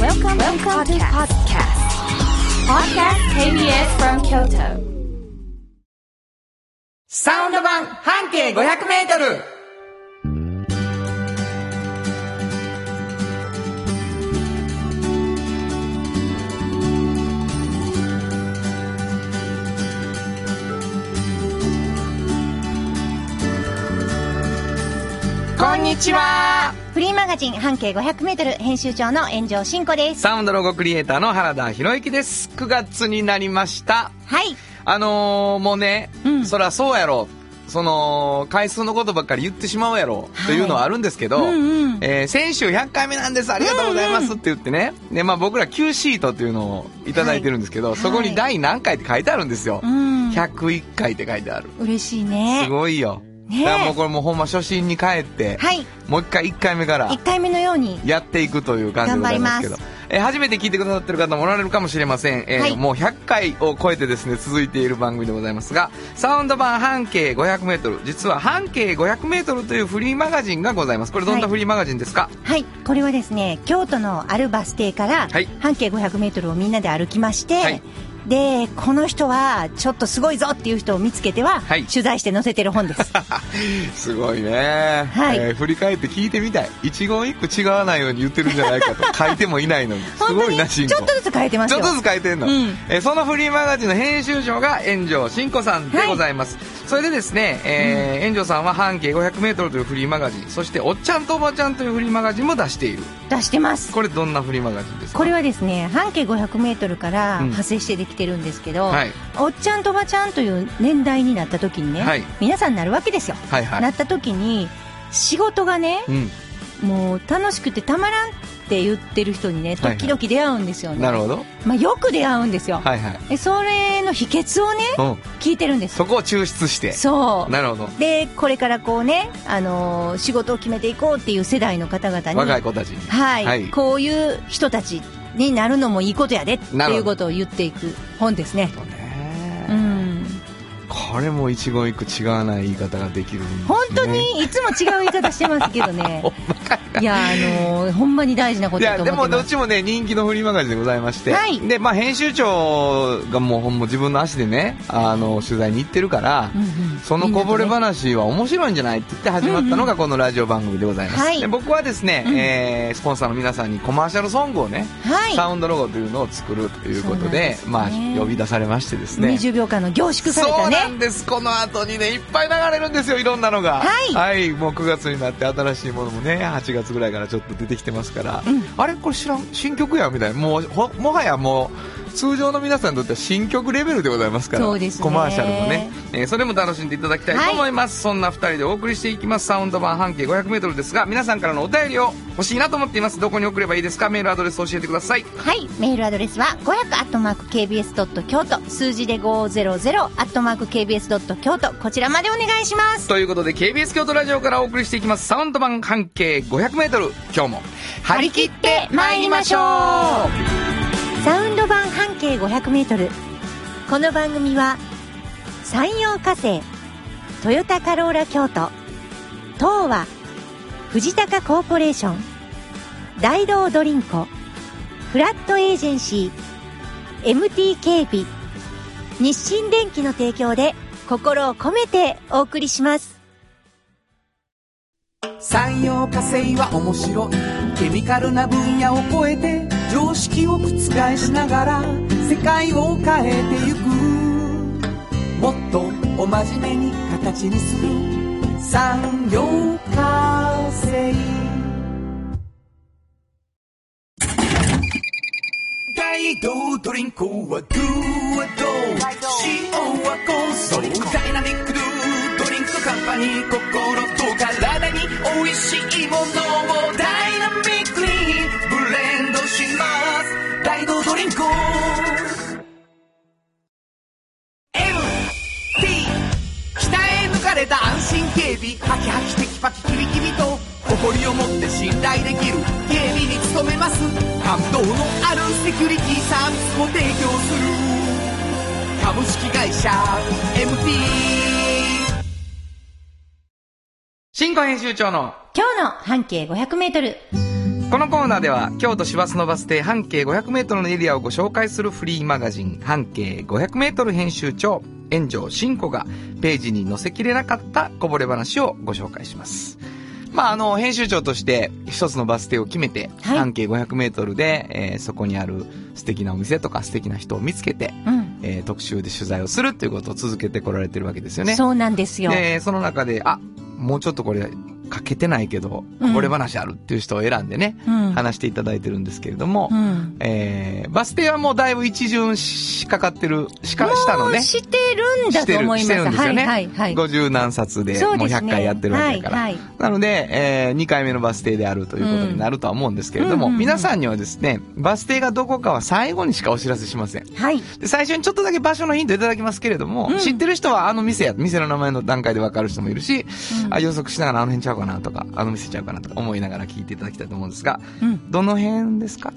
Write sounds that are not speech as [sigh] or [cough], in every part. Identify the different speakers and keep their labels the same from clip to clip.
Speaker 1: Welcome, Welcome to podcast. Podcast KBS from Kyoto.
Speaker 2: サウンド版半径500メートルこんにちは
Speaker 3: フリーマガジン半径 500m 編集長の炎上真子です。
Speaker 2: サウンドロゴクリエイターの原田博之です9月になりました
Speaker 3: はい。
Speaker 2: あのー、もうね、
Speaker 3: うん
Speaker 2: そらそうやろその回数のことばっかり言ってしまうやろ、
Speaker 3: はい
Speaker 2: というのはあるんですけど、
Speaker 3: うんうん
Speaker 2: えー先週100回目なんですありがとうございますって言ってね、でまあ、僕ら Q シートっていうのをいただいてるんですけど、
Speaker 3: はい
Speaker 2: そこに第何回って書いてあるんですよ、
Speaker 3: うん。
Speaker 2: 101回って書いてある
Speaker 3: 嬉しい
Speaker 2: す
Speaker 3: ね。
Speaker 2: ごいよ、
Speaker 3: ねえ
Speaker 2: だからもうこれもうほんま初心に帰って、
Speaker 3: はい。
Speaker 2: もう一回1回目から
Speaker 3: 1回目のように。
Speaker 2: やっていくという感じでございますけど
Speaker 3: 頑
Speaker 2: えー初めて聞いてくださってる方もおられるかもしれません、えー
Speaker 3: はい
Speaker 2: もう100回を超えてですね続いている番組でございますがサウンド版半径 500m 実は半径 500m というフリーマガジンがございますこれどんな
Speaker 3: はい
Speaker 2: フリーマガジンですか、
Speaker 3: はい。これはですね、京都のあるバス停から
Speaker 2: はい
Speaker 3: 半径 500m をみんなで歩きまして、
Speaker 2: はい
Speaker 3: で、この人はちょっとすごいぞっていう人を見つけては、
Speaker 2: はい
Speaker 3: 取材して載せてる本
Speaker 2: [laughs]
Speaker 3: です。
Speaker 2: すごいね、
Speaker 3: はい
Speaker 2: えー振り返って聞いてみたい一言一句違わないように言ってるんじゃな
Speaker 3: [laughs]
Speaker 2: いかと書いてもいないのにす
Speaker 3: 本
Speaker 2: ご
Speaker 3: 当
Speaker 2: い
Speaker 3: に
Speaker 2: な
Speaker 3: ち
Speaker 2: 進
Speaker 3: ょっ
Speaker 2: 行
Speaker 3: とずつ変えてます
Speaker 2: ちょ
Speaker 3: よ。
Speaker 2: っとずつ変えてんの、
Speaker 3: うん
Speaker 2: えーそのフリーマガジンの編集長が炎上真子さんでございます、それでですね、えー炎上さんは半径 500m というフリーマガジンそして「おっちゃんとおばちゃん」というフリーマガジンも出している
Speaker 3: 出してます。
Speaker 2: これどんなフリーマガジンですか
Speaker 3: これはですね、半径 500m から
Speaker 2: うん
Speaker 3: 派生してできてるんですけど、
Speaker 2: はい
Speaker 3: おっちゃんとおばちゃんという年代になった時にね、
Speaker 2: はい
Speaker 3: 皆さんなるわけですよ、
Speaker 2: はいは
Speaker 3: ないった時に仕事がね
Speaker 2: う、ん
Speaker 3: もう楽しくてたまらんって言ってる人にね
Speaker 2: はいはい
Speaker 3: 時々出会うんですよね、
Speaker 2: なるほど
Speaker 3: まあ、よく出会うんですよ、
Speaker 2: はいはい、
Speaker 3: でそれの秘訣をね
Speaker 2: うん、
Speaker 3: 聞いてるんです
Speaker 2: そこを抽出して
Speaker 3: そう
Speaker 2: なるほど
Speaker 3: でこれからこうね、あのー仕事を決めていこうっていう世代の方々に
Speaker 2: 若い子たちに
Speaker 3: はい
Speaker 2: はい
Speaker 3: こういう人たちになるのもいいことやでって
Speaker 2: な
Speaker 3: い
Speaker 2: るほ
Speaker 3: う
Speaker 2: ど
Speaker 3: ことを言っていく本ですね
Speaker 2: そうね
Speaker 3: うん
Speaker 2: これも一言一句違わない言い方ができるんです、ね、
Speaker 3: 本当
Speaker 2: [laughs]
Speaker 3: にいつも違う言い方してますけどねいやあのーほんまに大事なこ
Speaker 2: い
Speaker 3: とだ
Speaker 2: や
Speaker 3: と
Speaker 2: で
Speaker 3: 思って
Speaker 2: もど
Speaker 3: ま
Speaker 2: っ
Speaker 3: す
Speaker 2: ちもね人気のフリーマガジンでございまして、
Speaker 3: はい
Speaker 2: でまあ、編集長がもうほんま自分の足でねあの取材に行ってるから、
Speaker 3: うんうん
Speaker 2: そのこぼれ話は面白いんじゃないって言って始まったのがこのラジオ番組でございます、
Speaker 3: はい
Speaker 2: で僕はですね、
Speaker 3: うん
Speaker 2: えースポンサーの皆さんにコマーシャルソングをね、
Speaker 3: はい
Speaker 2: サウンドロゴというのを作るということ
Speaker 3: そうなんで
Speaker 2: です
Speaker 3: ね
Speaker 2: まあ、呼び出されましてですね
Speaker 3: 20秒間の凝縮され
Speaker 2: そう
Speaker 3: た
Speaker 2: な
Speaker 3: ね
Speaker 2: んですこの後にねいっぱい流れるんですよいろんなのが
Speaker 3: はい
Speaker 2: もう9月になって新しいものもね8月ぐらいからちょっと出てきてますから、
Speaker 3: うん
Speaker 2: あれこれ知らん新曲やみたいなもうほもはやもう通常の皆さんにとっては新曲レベルでございますから
Speaker 3: そうですね
Speaker 2: コマーシャルもね、えーそれも楽しんでいただきたいと思います、そんな2人でお送りしていきますサウンド版半径 500m ですが皆さんからのお便りを欲しいなと思っていますどこに送ればいいですかメールアドレス教えてください
Speaker 3: はいメールアドレスは 500-kbs.kyoto 数字で 500-kbs.kyoto こちらまでお願いします
Speaker 2: ということで KBS 京都ラジオからお送りしていきますサウンド版半径 500m 今日も張り切って参りましょう
Speaker 3: サウンド版半径 500m この番組は山陽火星トヨタカローラ京都東和藤高コーポレーション大道ドリンコフラットエージェンシー MT 警備日清電機の提供で心を込めてお送りします
Speaker 4: 産業化成は面白いケミカルな分野を超えて常識を覆しながら世界を変えてゆくもっとお真面目に形にする産業化成大道ドリンクはドゥはドゥ塩はコンソリダイナミックドゥドリンクカンパニー心と体に美味しいものをダイナミックにブレンドします大道ドリンク MT 鍛え抜かれた安心警備ハキハキテキパキキビキビと誇りを持って信頼できる警備に努めます感動のあるセキュリティサービスも提供する株式会社 MT
Speaker 2: 新語編集長の
Speaker 3: 今日の半径 500m
Speaker 2: このコーナーでは京都市バスのバス停半径 500m のエリアをご紹介するフリーマガジン半径 500m 編集長炎上真子がページに載せきれなかったこぼれ話をご紹介します。まあ、あの、編集長として一つのバス停を決めて、
Speaker 3: はい
Speaker 2: 半径 500m で、えーそこにある素敵なお店とか素敵な人を見つけて、
Speaker 3: うん。
Speaker 2: えー特集で取材をするということを続けてこられてるわけですよね。
Speaker 3: そうなんですよ。
Speaker 2: で、その中で、あ、もうちょっとこれ、書けてないけど、
Speaker 3: うん
Speaker 2: こぼれ話あるっていう人を選んでね、
Speaker 3: うん。
Speaker 2: 話していただいてるんですけれども
Speaker 3: う、ん。
Speaker 2: えー、バス停はもうだいぶ一巡しかかってる、しか、したの
Speaker 3: もう
Speaker 2: ね。
Speaker 3: してるんだと思います。
Speaker 2: してるしてるんですよね
Speaker 3: はいはいはい。
Speaker 2: 五十何冊で
Speaker 3: そう
Speaker 2: もう
Speaker 3: ですね
Speaker 2: 100回やってるわけだから。
Speaker 3: はいはい
Speaker 2: なので、え2回目のバス停であるということになるとは思うんですけれども、
Speaker 3: うんうんうんうん
Speaker 2: 皆さんにはですね、バス停がどこかは最後にしかお知らせしません。
Speaker 3: はい。
Speaker 2: で最初にちょっとだけ場所のヒントいただきますけれども、
Speaker 3: うん
Speaker 2: 知ってる人はあの店や、店の名前の段階でわかる人もいるし、
Speaker 3: うん
Speaker 2: あ予測しながらあの辺ちゃうかなとか、あの店ちゃうかなとか思いながら聞いていただきたいと思うんですが、
Speaker 3: うん。
Speaker 2: どの辺ですか、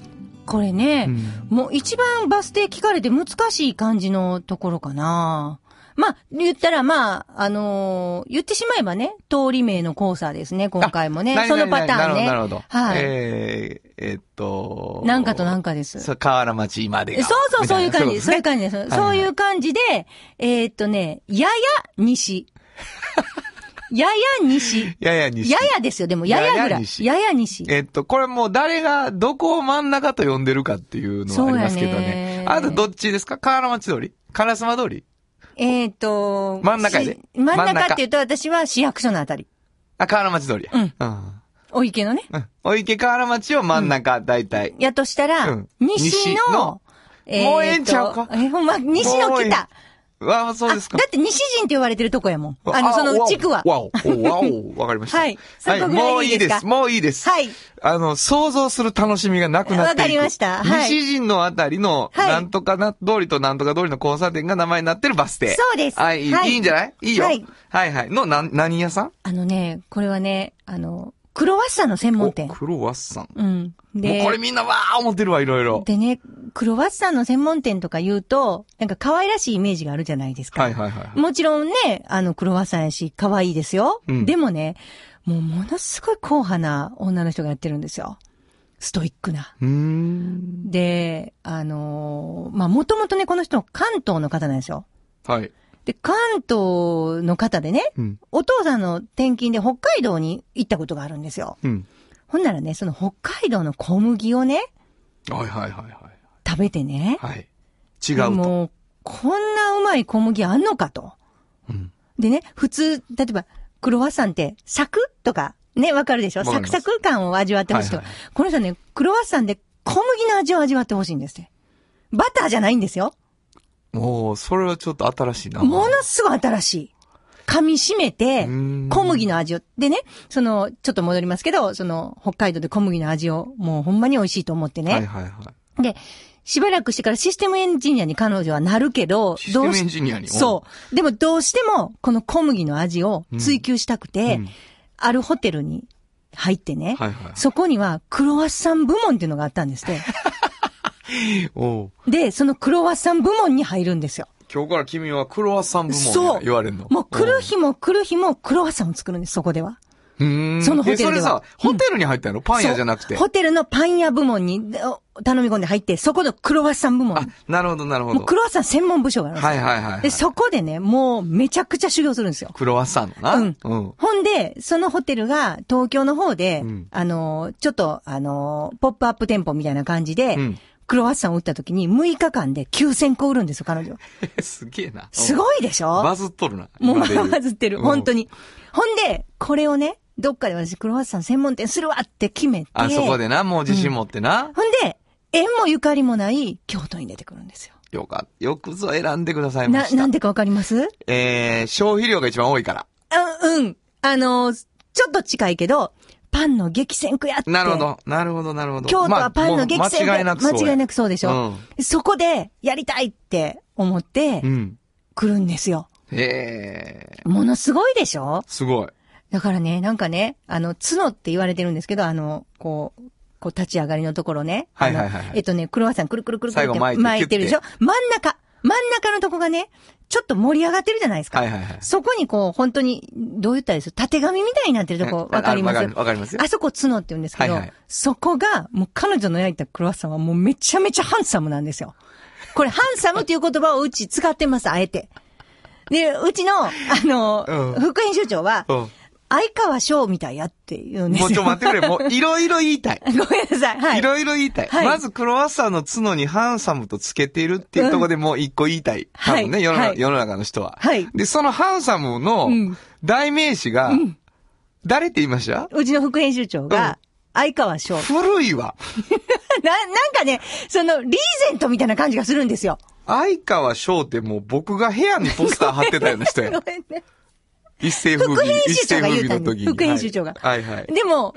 Speaker 3: これね、
Speaker 2: うん
Speaker 3: もう一番バス停聞かれて難しい感じのところかな。まあ、言ったらまあ、あのー言ってしまえばね、通り名の交差ですね、今回もね。
Speaker 2: 何
Speaker 3: そ
Speaker 2: 々
Speaker 3: のパターンね。
Speaker 2: なるほど、なるほど。
Speaker 3: はい
Speaker 2: えー、えーっと。
Speaker 3: なんかとなん
Speaker 2: か
Speaker 3: かです。そ
Speaker 2: そう、河原町まで
Speaker 3: う
Speaker 2: が。
Speaker 3: そう、そういう感じ。そういう
Speaker 2: じ。
Speaker 3: 感じです。
Speaker 2: い
Speaker 3: そういう感じで、えーっとね、やや西。やや西。
Speaker 2: ややにし
Speaker 3: ややですよ、でも、ややぐら
Speaker 2: やや
Speaker 3: い。
Speaker 2: 西
Speaker 3: やや西。
Speaker 2: えっと、これもう誰が、どこを真ん中と呼んでるかっていうのはありますけど
Speaker 3: そうや
Speaker 2: ね
Speaker 3: ね。
Speaker 2: あなたどっちですか河原町通り烏丸通り
Speaker 3: えーっと、
Speaker 2: 真ん中やで
Speaker 3: し真ん
Speaker 2: 真ん中
Speaker 3: 中って言うと私は市役所のあたり。
Speaker 2: あ、河原町通りや。
Speaker 3: うん
Speaker 2: うん。
Speaker 3: お池のね。
Speaker 2: うん。お池河原町を真ん中、大体。
Speaker 3: やとしたら、
Speaker 2: うん
Speaker 3: 西
Speaker 2: 西の
Speaker 3: の、ーと
Speaker 2: もうええんちゃうか
Speaker 3: え、ほんま、西の
Speaker 2: もうええん
Speaker 3: 北。あ
Speaker 2: わあ、そう
Speaker 3: だ
Speaker 2: ですか。
Speaker 3: って西人って呼ばれてるとこやもん。あの、その地区は。
Speaker 2: わお、わお、わかりました。
Speaker 3: はいそこぐらいで
Speaker 2: もういい
Speaker 3: いいで
Speaker 2: です
Speaker 3: か
Speaker 2: す。もういいです。
Speaker 3: はい。
Speaker 2: あの、想像する楽しみがなくなっていく。
Speaker 3: わかりましたはい
Speaker 2: 西陣のあたりの、
Speaker 3: はい
Speaker 2: なんとかな、通りとなんとか通りの交差点が名前になってるバス停。
Speaker 3: そうです
Speaker 2: はい、いい,、
Speaker 3: はい
Speaker 2: い、いんじゃないいいよ。
Speaker 3: は
Speaker 2: はいい、はい、の、な、何屋さん
Speaker 3: あのね、これはね、あの、クロワッサンの専門店
Speaker 2: お。クロワッサン。
Speaker 3: うん。
Speaker 2: もう
Speaker 3: で
Speaker 2: こ、れみんなわー思ってるわ、いろいろ。
Speaker 3: でね、クロワッサンの専門店とか言うと、なんか可愛らしいイメージがあるじゃないですか。
Speaker 2: はいはいはい。
Speaker 3: もちろんね、あの、クロワッサンやし、可愛いですよ。
Speaker 2: うん
Speaker 3: でもね、もうものすごい硬派な女の人がやってるんですよ。ストイックな。
Speaker 2: うーん。
Speaker 3: で、あのーまあ、もともとね、この人、関東の方なんですよ。
Speaker 2: はい。
Speaker 3: で、関東の方でね、
Speaker 2: うん。
Speaker 3: お父さんの転勤で北海道に行ったことがあるんですよ。
Speaker 2: うん。
Speaker 3: ほんならね、その北海道の小麦をね、
Speaker 2: はいはいはいはい。
Speaker 3: 食べてね、
Speaker 2: はい。違うと。
Speaker 3: もう、こんなうまい小麦あんのかと。
Speaker 2: うん。
Speaker 3: でね、普通、例えば、クロワッサンって、サクッとか、ね、わかるでしょ
Speaker 2: わか
Speaker 3: サ
Speaker 2: り
Speaker 3: ク
Speaker 2: ます
Speaker 3: サク感を味わってほしいとか、
Speaker 2: はいはいは
Speaker 3: この人ね、クロワッサンで小麦の味を味わってほしいんですね。バターじゃないんですよ。
Speaker 2: おー、それはちょっと新しいな。
Speaker 3: ものすごい新しい。噛み締めて
Speaker 2: うー、ん
Speaker 3: 小麦の味を。でね、その、ちょっと戻りますけど、その、北海道で小麦の味を、もうほんまに美味しいと思ってね。
Speaker 2: はいはいはい。
Speaker 3: で、しばらくしてからシステムエンジニアに彼女はなるけど、
Speaker 2: シス
Speaker 3: ど
Speaker 2: テ
Speaker 3: う
Speaker 2: ムエン
Speaker 3: し、
Speaker 2: ジニアに。
Speaker 3: そう。でもどうしても、この小麦の味を追求したくて、
Speaker 2: うんうん
Speaker 3: あるホテルに入ってね、
Speaker 2: はいはい
Speaker 3: そこにはクロワッサン部門っていうのがあったんです
Speaker 2: [laughs]
Speaker 3: って。
Speaker 2: おお
Speaker 3: で、そのクロワッサン部門に入るんですよ。
Speaker 2: 今日から君はクロワッサン部門
Speaker 3: そ
Speaker 2: や
Speaker 3: う。
Speaker 2: 言われるの。
Speaker 3: もう来る日も来る日もクロワッサンを作るんです、そこでは。
Speaker 2: うん。うん
Speaker 3: そのホテルでは
Speaker 2: えそれさ、ホテルに入ったのパン屋じゃなく
Speaker 3: そ
Speaker 2: て
Speaker 3: う。ホテルのパン屋部門にでお頼み込んで入って、そこのクロワッサン部門
Speaker 2: あ。、なるほどなるほ
Speaker 3: もう
Speaker 2: ど
Speaker 3: ク。ロワッサン専門部署があるんですよ。
Speaker 2: はいはいはいはい。
Speaker 3: で、そこでね、もうめちゃくちゃ修行するんですよ。
Speaker 2: クロワッサンのな。
Speaker 3: うん
Speaker 2: うん。 [laughs]
Speaker 3: ほんで、そのホテルが東京の方で、
Speaker 2: うん
Speaker 3: あのー、ちょっと、あのー、ポップアップ店舗みたいな感じで、
Speaker 2: うん
Speaker 3: クロワッサンを売った時に6日間で9000個売るんですよ、彼女。
Speaker 2: すげえな。
Speaker 3: す
Speaker 2: い。
Speaker 3: ごいでしょ
Speaker 2: バズっとるな。
Speaker 3: もう
Speaker 2: 今で言
Speaker 3: バズってる、
Speaker 2: うん
Speaker 3: 本当に。ほんで、これをね、どっかで私クロワッサン専門店するわって決めて、
Speaker 2: あ、そこでな、もう自信持ってな。
Speaker 3: ほんで、縁もゆかりもない京都に出てくるんですよ。
Speaker 2: よかった。よくぞ選んでくださいま
Speaker 3: な、
Speaker 2: した。
Speaker 3: なんでかわかります
Speaker 2: えー、消費量が一番多いから。
Speaker 3: あうん。あのー、ちょっと近いけど、パンの激戦区やって。
Speaker 2: なるほど。なるほど、なるほど。
Speaker 3: 京都はパンの激戦区。
Speaker 2: まあもう間違いなくそうや。
Speaker 3: 間違いなくそうでしょ。そこで、やりたいって思って
Speaker 2: う、ん。
Speaker 3: 来るんですよ。
Speaker 2: へえ、
Speaker 3: ものすごいでしょ
Speaker 2: すごい。
Speaker 3: だからね、なんかね、あの、角って言われてるんですけど、あの、こう、こう立ち上がりのところね。
Speaker 2: はいはいはいはい
Speaker 3: あのえっとね、クロワッサンくるくるくるくる
Speaker 2: 最
Speaker 3: っ
Speaker 2: 後
Speaker 3: て
Speaker 2: 巻いて
Speaker 3: 巻いてるでしょ真ん中真真ん中のとこがね、ちょっと盛り上がってるじゃないですか。
Speaker 2: はいはいはい。
Speaker 3: そこにこう、本当に、どう言ったらいいですか縦紙みたいになってるとこ、
Speaker 2: あ
Speaker 3: わかりま
Speaker 2: あ
Speaker 3: す
Speaker 2: わわかりますよ
Speaker 3: あ。そこ角って言うんですけど、
Speaker 2: はいはい
Speaker 3: そこが、もう彼女の焼いたクロワッサンはもうめちゃめちゃハンサムなんですよ。これ、ハンサムっていう言葉をうち使ってます、あえて。で、うちの、あの、
Speaker 2: うん
Speaker 3: 副編集長は、
Speaker 2: うん
Speaker 3: 相川翔みたいやって言うんです
Speaker 2: も
Speaker 3: よ。
Speaker 2: うちょ、待ってく
Speaker 3: [laughs]
Speaker 2: れ。もう、いろいろ言いたい。
Speaker 3: ごめんなさい。はいい。
Speaker 2: ろいろ言いたい。
Speaker 3: はい
Speaker 2: まず、クロワッサンの角にハンサムとつけているっていうところでもう一個言いたい。多分
Speaker 3: は
Speaker 2: ね、
Speaker 3: い
Speaker 2: 世の中
Speaker 3: はい
Speaker 2: 世の中の人は。
Speaker 3: はい
Speaker 2: で、そのハンサムの
Speaker 3: うん
Speaker 2: 代名詞が、誰って言いました
Speaker 3: うちの副編集長
Speaker 2: うん
Speaker 3: が、相川翔。
Speaker 2: 古い
Speaker 3: [laughs]
Speaker 2: わ。
Speaker 3: な、なんかね、その、リーゼントみたいな感じがするんです
Speaker 2: [laughs]
Speaker 3: よ。
Speaker 2: 相川翔ってもう僕が部屋にポスター貼ってたような人や
Speaker 3: ご。めんね。
Speaker 2: 一世風
Speaker 3: 副編
Speaker 2: 靡。一
Speaker 3: 集
Speaker 2: 世
Speaker 3: 長が
Speaker 2: 風
Speaker 3: 言う
Speaker 2: 靡
Speaker 3: た
Speaker 2: の
Speaker 3: んです
Speaker 2: 時に。
Speaker 3: 副編集長が
Speaker 2: はいはいはい。
Speaker 3: でも、ほんま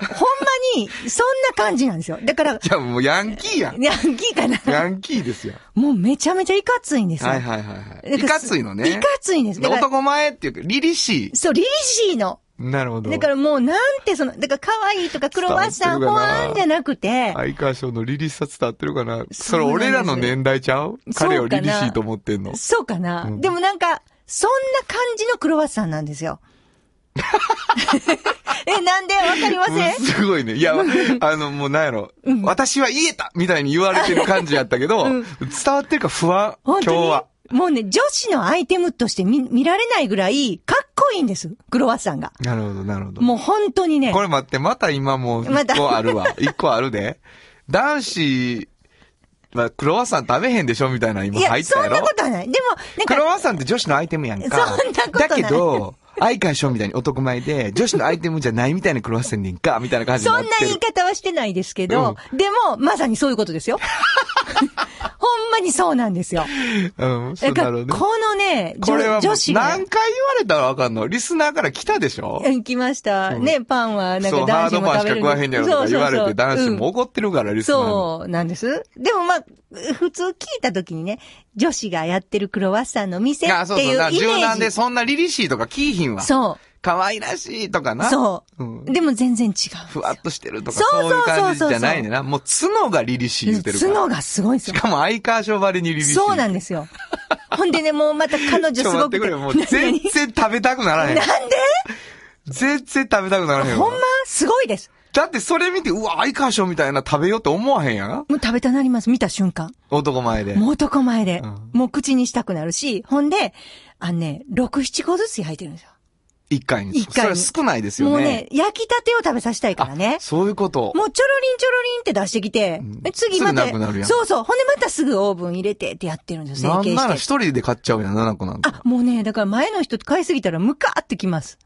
Speaker 3: に、そんな感じなんですよ。だから、
Speaker 2: じゃあもうヤンキーやん。
Speaker 3: ヤンキーかな。
Speaker 2: ヤンキーですよ。
Speaker 3: もうめちゃめちゃいかついんですよ。
Speaker 2: はいはいはいは
Speaker 3: だ
Speaker 2: い。い
Speaker 3: から
Speaker 2: かついのね。
Speaker 3: いかついんです。だから、
Speaker 2: 男前っていうか、凛々しい。
Speaker 3: そう、リリシーの。
Speaker 2: なるほど。
Speaker 3: だからもうなんてその、だから可愛いとかクロワッサン
Speaker 2: 伝
Speaker 3: ほ
Speaker 2: わってるかな
Speaker 3: わーんじゃなくて、
Speaker 2: 相川賞のリリースさ伝わってるかなそ
Speaker 3: そう
Speaker 2: れ
Speaker 3: なんです
Speaker 2: 俺らの年代ちゃう
Speaker 3: そうかな
Speaker 2: 彼をリリシーと思ってんの。
Speaker 3: そうかな、
Speaker 2: うん
Speaker 3: でもなんか、そんな感じのクロワッサンなんです
Speaker 2: [laughs]
Speaker 3: よ。え、なんでわかりません
Speaker 2: うんすごいね。
Speaker 3: [laughs]
Speaker 2: いや、あの、もうなんやろ。私は言えたみたいに言われてる感じやったけど、伝わってるか不安。
Speaker 3: 本
Speaker 2: 今日
Speaker 3: 当に
Speaker 2: は。
Speaker 3: もうね、女子のアイテムとして見見られないぐらい、かっこいいんです。クロワッサンが。
Speaker 2: なるほど、なるほど。
Speaker 3: もう本当にね。
Speaker 2: [laughs] これ待って、また今もう
Speaker 3: ま
Speaker 2: 一
Speaker 3: た
Speaker 2: 個ある
Speaker 3: [laughs]
Speaker 2: わ。一個あるで。男子はクロワッサン食べへんでしょみたいな今
Speaker 3: い
Speaker 2: 入
Speaker 3: や、
Speaker 2: った
Speaker 3: そ
Speaker 2: や
Speaker 3: んな
Speaker 2: ろ
Speaker 3: ことはない。でも、
Speaker 2: ク
Speaker 3: なん
Speaker 2: ロ
Speaker 3: か、
Speaker 2: ワッサンって女子のアイテムやんか。
Speaker 3: そんなことない
Speaker 2: だけど、相川翔みたいに男前で、女子のアイテムじゃないみたいなクロワッサンねんか、みたいな感じに
Speaker 3: そ
Speaker 2: なっ
Speaker 3: ん
Speaker 2: て
Speaker 3: な
Speaker 2: る。
Speaker 3: 言い方はしてないですけど、でも、まさにそういうこと
Speaker 2: [laughs]
Speaker 3: ですよ。ほんまにそうなんですよ。
Speaker 2: うん、そ
Speaker 3: だ
Speaker 2: う
Speaker 3: か
Speaker 2: な
Speaker 3: ら、
Speaker 2: るほどね。
Speaker 3: このね、
Speaker 2: これはも
Speaker 3: 女
Speaker 2: う
Speaker 3: 女子が
Speaker 2: 何。回言われたらわかんのリスナーから来たでしょ
Speaker 3: うん来ました。ね、パンは、なん
Speaker 2: そう、
Speaker 3: か
Speaker 2: ハー
Speaker 3: 男
Speaker 2: ド
Speaker 3: 子
Speaker 2: パ
Speaker 3: も
Speaker 2: ン
Speaker 3: 食べ
Speaker 2: しか
Speaker 3: る
Speaker 2: 食わへんやろとか言われて、男子も怒ってるから、リスナーに。
Speaker 3: そうなんです。でもまあ、普通聞いた時にね、女子がやってるクロワッサンの店っ
Speaker 2: あ、
Speaker 3: て
Speaker 2: そう
Speaker 3: い
Speaker 2: そう
Speaker 3: イメ
Speaker 2: う。
Speaker 3: ージ。
Speaker 2: 柔軟でそんなリリシーとかキーひんわ。
Speaker 3: そ
Speaker 2: 可愛らしいとか
Speaker 3: う。
Speaker 2: な。
Speaker 3: そう、
Speaker 2: うん
Speaker 3: でも全然違う。
Speaker 2: ふわっとしてるとか、
Speaker 3: そう
Speaker 2: そういう
Speaker 3: そ
Speaker 2: 感
Speaker 3: う
Speaker 2: じ
Speaker 3: そうそう
Speaker 2: じゃないねんな。もう角がリリシー言ってるから。
Speaker 3: 角がすごいんです
Speaker 2: し
Speaker 3: よ。
Speaker 2: かも相川賞ばりにリリシー。
Speaker 3: そうなん
Speaker 2: で
Speaker 3: ですよ。ほんでね、もうまた彼女
Speaker 2: ち
Speaker 3: す
Speaker 2: ょっ
Speaker 3: ご
Speaker 2: と待っ
Speaker 3: くて。
Speaker 2: てくれ。もう
Speaker 3: 何
Speaker 2: 全然食べたくならへん。
Speaker 3: なんで
Speaker 2: 全然食べたくならへんわ。
Speaker 3: ほんますごいです。
Speaker 2: だってそれ見て、うわ、相川賞みたいな食べようって思わへんやん。
Speaker 3: もう食べたなります。見た瞬間。
Speaker 2: 男前で。
Speaker 3: もう男前で、
Speaker 2: うん
Speaker 3: もう口にしたくなるし、ほんで、あのね、6、7個ずつ焼いてるんですよ。
Speaker 2: 一回に。
Speaker 3: 一回に
Speaker 2: それ少ないですよね。
Speaker 3: もうね、焼きたてを食べさせたいからね
Speaker 2: あ。そういうこと。
Speaker 3: もうちょろりんちょろりんって出してきて、
Speaker 2: うん
Speaker 3: え次また
Speaker 2: すぐなくなるやん
Speaker 3: そうそう。ほんでまたすぐオーブン入れてってやってるんですよ。
Speaker 2: な
Speaker 3: 成
Speaker 2: んなら
Speaker 3: 形して。
Speaker 2: 一人で買っちゃうやん、7個なんか。
Speaker 3: あ、もうね、だから前の人と買いすぎたらムカーってきます。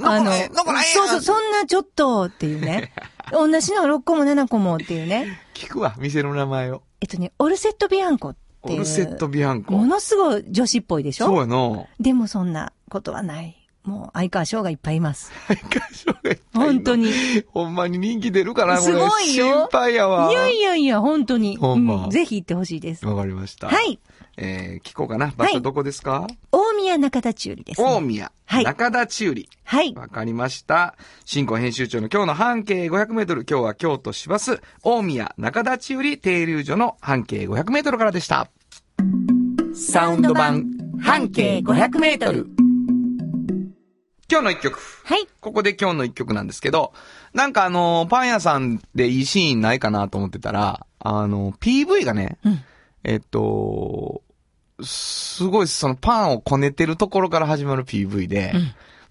Speaker 2: なん
Speaker 3: の、
Speaker 2: かねなんかね
Speaker 3: そうそう、そんなちょっとっていうね。
Speaker 2: [laughs]
Speaker 3: 同じの6個も7個もっていうね。
Speaker 2: 聞くわ、店の名前を。
Speaker 3: えっとね、オルセットビアンコってい
Speaker 2: オ
Speaker 3: う。
Speaker 2: ルセットビアンコ
Speaker 3: も。のすごい女子っぽいでしょ
Speaker 2: そうやな。
Speaker 3: でもそんなことはない。もう、相川翔がいっぱいいます。
Speaker 2: 大会賞がいっぱいいる
Speaker 3: 本当。に。い
Speaker 2: [laughs] ほんまに人気出るかな、これ。
Speaker 3: すごいよ
Speaker 2: 心配やわ。
Speaker 3: やいやいや、本当に。
Speaker 2: ほんま
Speaker 3: うぜひ行ってほしいです。は
Speaker 2: わかりました。。
Speaker 3: い。
Speaker 2: えー、聞こうかな。場所どこですか、
Speaker 3: 大宮中田中里です、
Speaker 2: 大
Speaker 3: ね。
Speaker 2: 宮。
Speaker 3: はい
Speaker 2: 中田中里。
Speaker 3: はい。
Speaker 2: わかりました。新婚編集長の今日の半径500メートル。今日は京都市バス、大宮中田中里停留所の半径500メートルからでした。サ
Speaker 3: ウンド版半径500メートル。
Speaker 2: 今日の一曲。
Speaker 3: はい。
Speaker 2: ここで今日の一曲なんですけど、なんかあのー、パン屋さんでいいシーンないかなと思ってたら、あのー、PV がね、
Speaker 3: うん
Speaker 2: えっと、すごいそのパンをこねてるところから始まる PV で、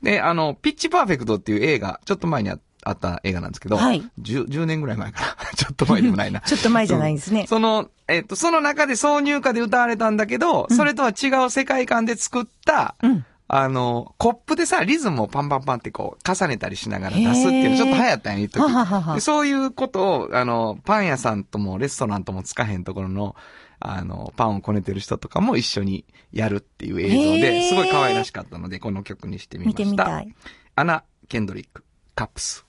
Speaker 2: で、あの、ピッチパーフェクトっていう映画、ちょっと前にああった映画なんですけど、
Speaker 3: はい
Speaker 2: 10, 10年ぐらい前 [laughs] かな。ちょっと前でもない
Speaker 3: [laughs]
Speaker 2: な。
Speaker 3: ちょっと前じゃないんですね。
Speaker 2: その、えっと、その中で挿入歌で歌われたんだけど、それとは違う世界観で作った、
Speaker 3: うん。
Speaker 2: あの、コップでさ、リズムをパンパンパンってこう、重ねたりしながら出すっていう
Speaker 3: へ
Speaker 2: の、
Speaker 3: ー
Speaker 2: ちょっと流行ったんやね、一時
Speaker 3: はははは
Speaker 2: でそういうことを、あの、パン屋さんともレストランともつかへんところの、あの、パンをこねてる人とかも一緒にやるっていう映像
Speaker 3: へ
Speaker 2: で、
Speaker 3: ー
Speaker 2: すごい可愛らしかったので、この曲にしてみま
Speaker 3: 見
Speaker 2: した。
Speaker 3: てみたい。
Speaker 2: アナ・ケンドリック、カップス。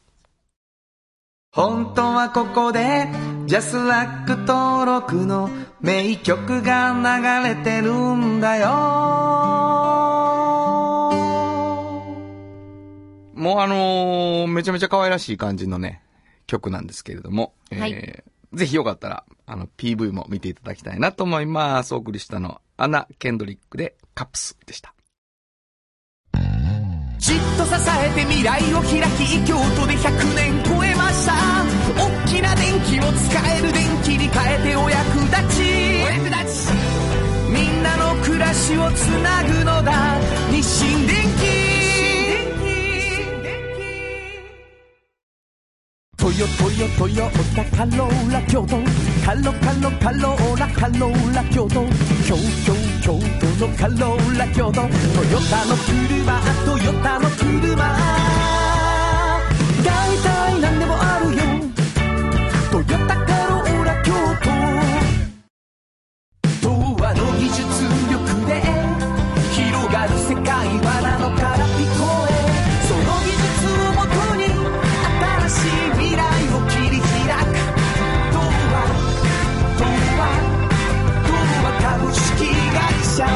Speaker 2: 本当はここで、ジャスラック登録の名曲が流れてるんだよ。もうあのーめちゃめちゃ可愛らしい感じのね、曲なんですけれども、
Speaker 3: はい
Speaker 2: えーぜひよかったら、あの、PV も見ていただきたいなと思います。お送りしたの、アナ・ケンドリックでカップスでした。
Speaker 4: じっと支えて未来を開き京都で100年超えました大きな電気を使える電気に変えてお役立ちお役立ちみんなの暮らしをつなぐのだ日清電気トヨトヨトヨタカローラ京都カロカロカローラカローラ京都京京京都のカローラ京都トヨタの車トヨタの車大体何でもあるよトヨタカローラ京都童話の技術力で広がる世界はなのから聞こえその技術をもとに新しい未来を切り開く童話童話童話株式会社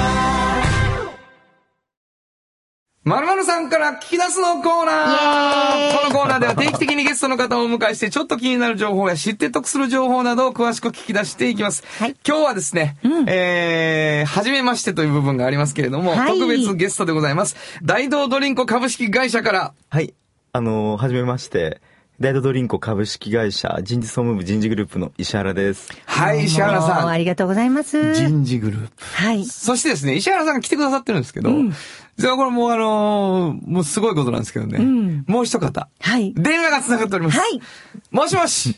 Speaker 2: まるまるさんから聞き出すのコーナ
Speaker 3: イエー
Speaker 2: ー
Speaker 3: イ
Speaker 2: このコーナーでは定期的にゲストの方をお迎えして、ちょっと気になる情報や知って得する情報などを詳しく聞き出していきます。
Speaker 3: はい
Speaker 2: 今日はですね、えー、はじめましてという部分がありますけれども、
Speaker 3: はい
Speaker 2: 特別ゲストでございます。大道ドリンコ株式会社から、
Speaker 5: はい。あのー、はじめまして。大都ドリンコ株式会社人事総務部人事グループの石原です。
Speaker 2: はい、石原
Speaker 3: どうも
Speaker 2: さ
Speaker 3: あ
Speaker 2: ん。
Speaker 3: りがとうございます。
Speaker 2: 事グループ。
Speaker 3: はい。
Speaker 2: そしてですね、石原さんが来てくださってるんですけど、実はこれもうあのーもうすごいことなんですけどね、
Speaker 3: ん
Speaker 2: もう一方、
Speaker 3: はい。
Speaker 2: 電話が繋がっております。
Speaker 3: はい。
Speaker 2: もしもし